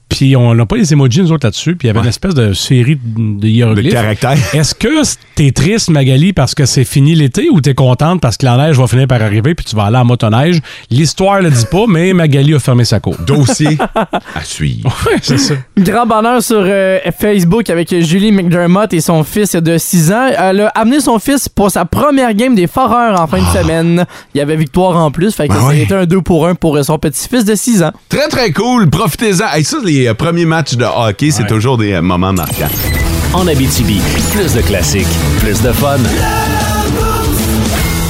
[SPEAKER 4] Puis on n'a pas les emojis, nous autres, là-dessus. Puis il y avait une espèce de série de, de hiéroglyphes.
[SPEAKER 3] De caractères.
[SPEAKER 4] Est-ce que c- t'es triste, Magali, parce que c'est fini l'été ou t'es contente parce que la neige va finir par arriver puis tu vas aller en motoneige? L'histoire le dit pas, mais Magali a fermé sa cour.
[SPEAKER 3] Dossier à suivre.
[SPEAKER 4] Ouais, c'est ça.
[SPEAKER 6] Grand bonheur sur euh, Facebook avec Julie McDermott et son fils de 6 ans. Elle a amené son fils pour sa première game des Foreurs en fin
[SPEAKER 4] Ah.
[SPEAKER 6] de semaine. Il y avait victoire en plus, fait que
[SPEAKER 3] Ben
[SPEAKER 6] ça a
[SPEAKER 3] ouais.
[SPEAKER 6] été un 2 pour 1 pour euh, son petit-fils de 6 ans.
[SPEAKER 3] Très, très cool. Profitez-en. Hey, ça, les euh, premiers matchs de hockey, c'est toujours des euh, moments marquants.
[SPEAKER 2] En Abitibi, plus de classiques, plus de fun.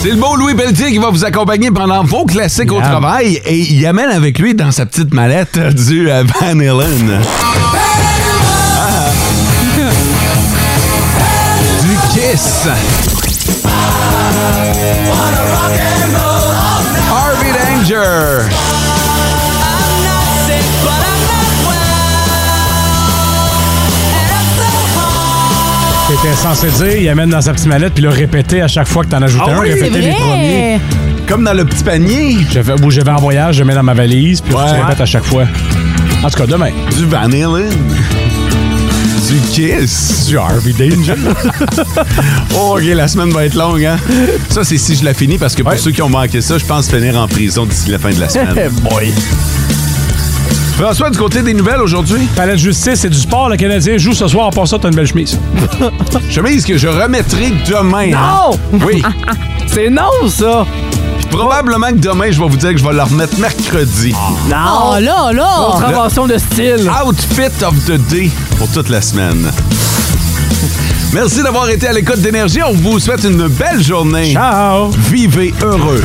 [SPEAKER 3] C'est le beau Louis Pelletier qui va vous accompagner pendant vos classiques au travail et il amène avec lui dans sa petite mallette euh, du euh, Van Halen. Ah. Du Kiss. Harvey Danger.
[SPEAKER 4] T'étais censé dire, il amène dans sa petite mallette, puis le répéter à chaque fois que t'en ajoutais
[SPEAKER 3] Ah
[SPEAKER 4] un,
[SPEAKER 3] oui,
[SPEAKER 4] répéter
[SPEAKER 3] c'est
[SPEAKER 4] les
[SPEAKER 3] vrai.
[SPEAKER 4] premiers.
[SPEAKER 3] Comme dans le petit panier.
[SPEAKER 4] Je vais, où je vais en voyage, je mets dans ma valise, puis je répète à chaque fois. En tout cas, demain.
[SPEAKER 3] Du Van Halen. Du Kiss. Du Harvey Danger. oh, OK, la semaine va être longue, hein? Ça, c'est si je la finis, parce que pour ceux qui ont manqué ça, je pense finir en prison d'ici la fin de la semaine.
[SPEAKER 9] Boy.
[SPEAKER 3] François, du côté des nouvelles aujourd'hui?
[SPEAKER 4] Palais de justice et du sport, le Canadien joue ce soir. Pour ça, t'as une belle chemise.
[SPEAKER 3] chemise que je remettrai demain.
[SPEAKER 4] Non!
[SPEAKER 3] hein? Oui.
[SPEAKER 6] C'est non, ça!
[SPEAKER 3] Probablement que demain, je vais vous dire que je vais la remettre mercredi.
[SPEAKER 6] Ah. Non!
[SPEAKER 5] Oh là, là!
[SPEAKER 6] Contravention de style.
[SPEAKER 3] Outfit of the day pour toute la semaine. Merci d'avoir été à l'écoute d'énergie. On vous souhaite une belle journée.
[SPEAKER 4] Ciao!
[SPEAKER 3] Vivez heureux.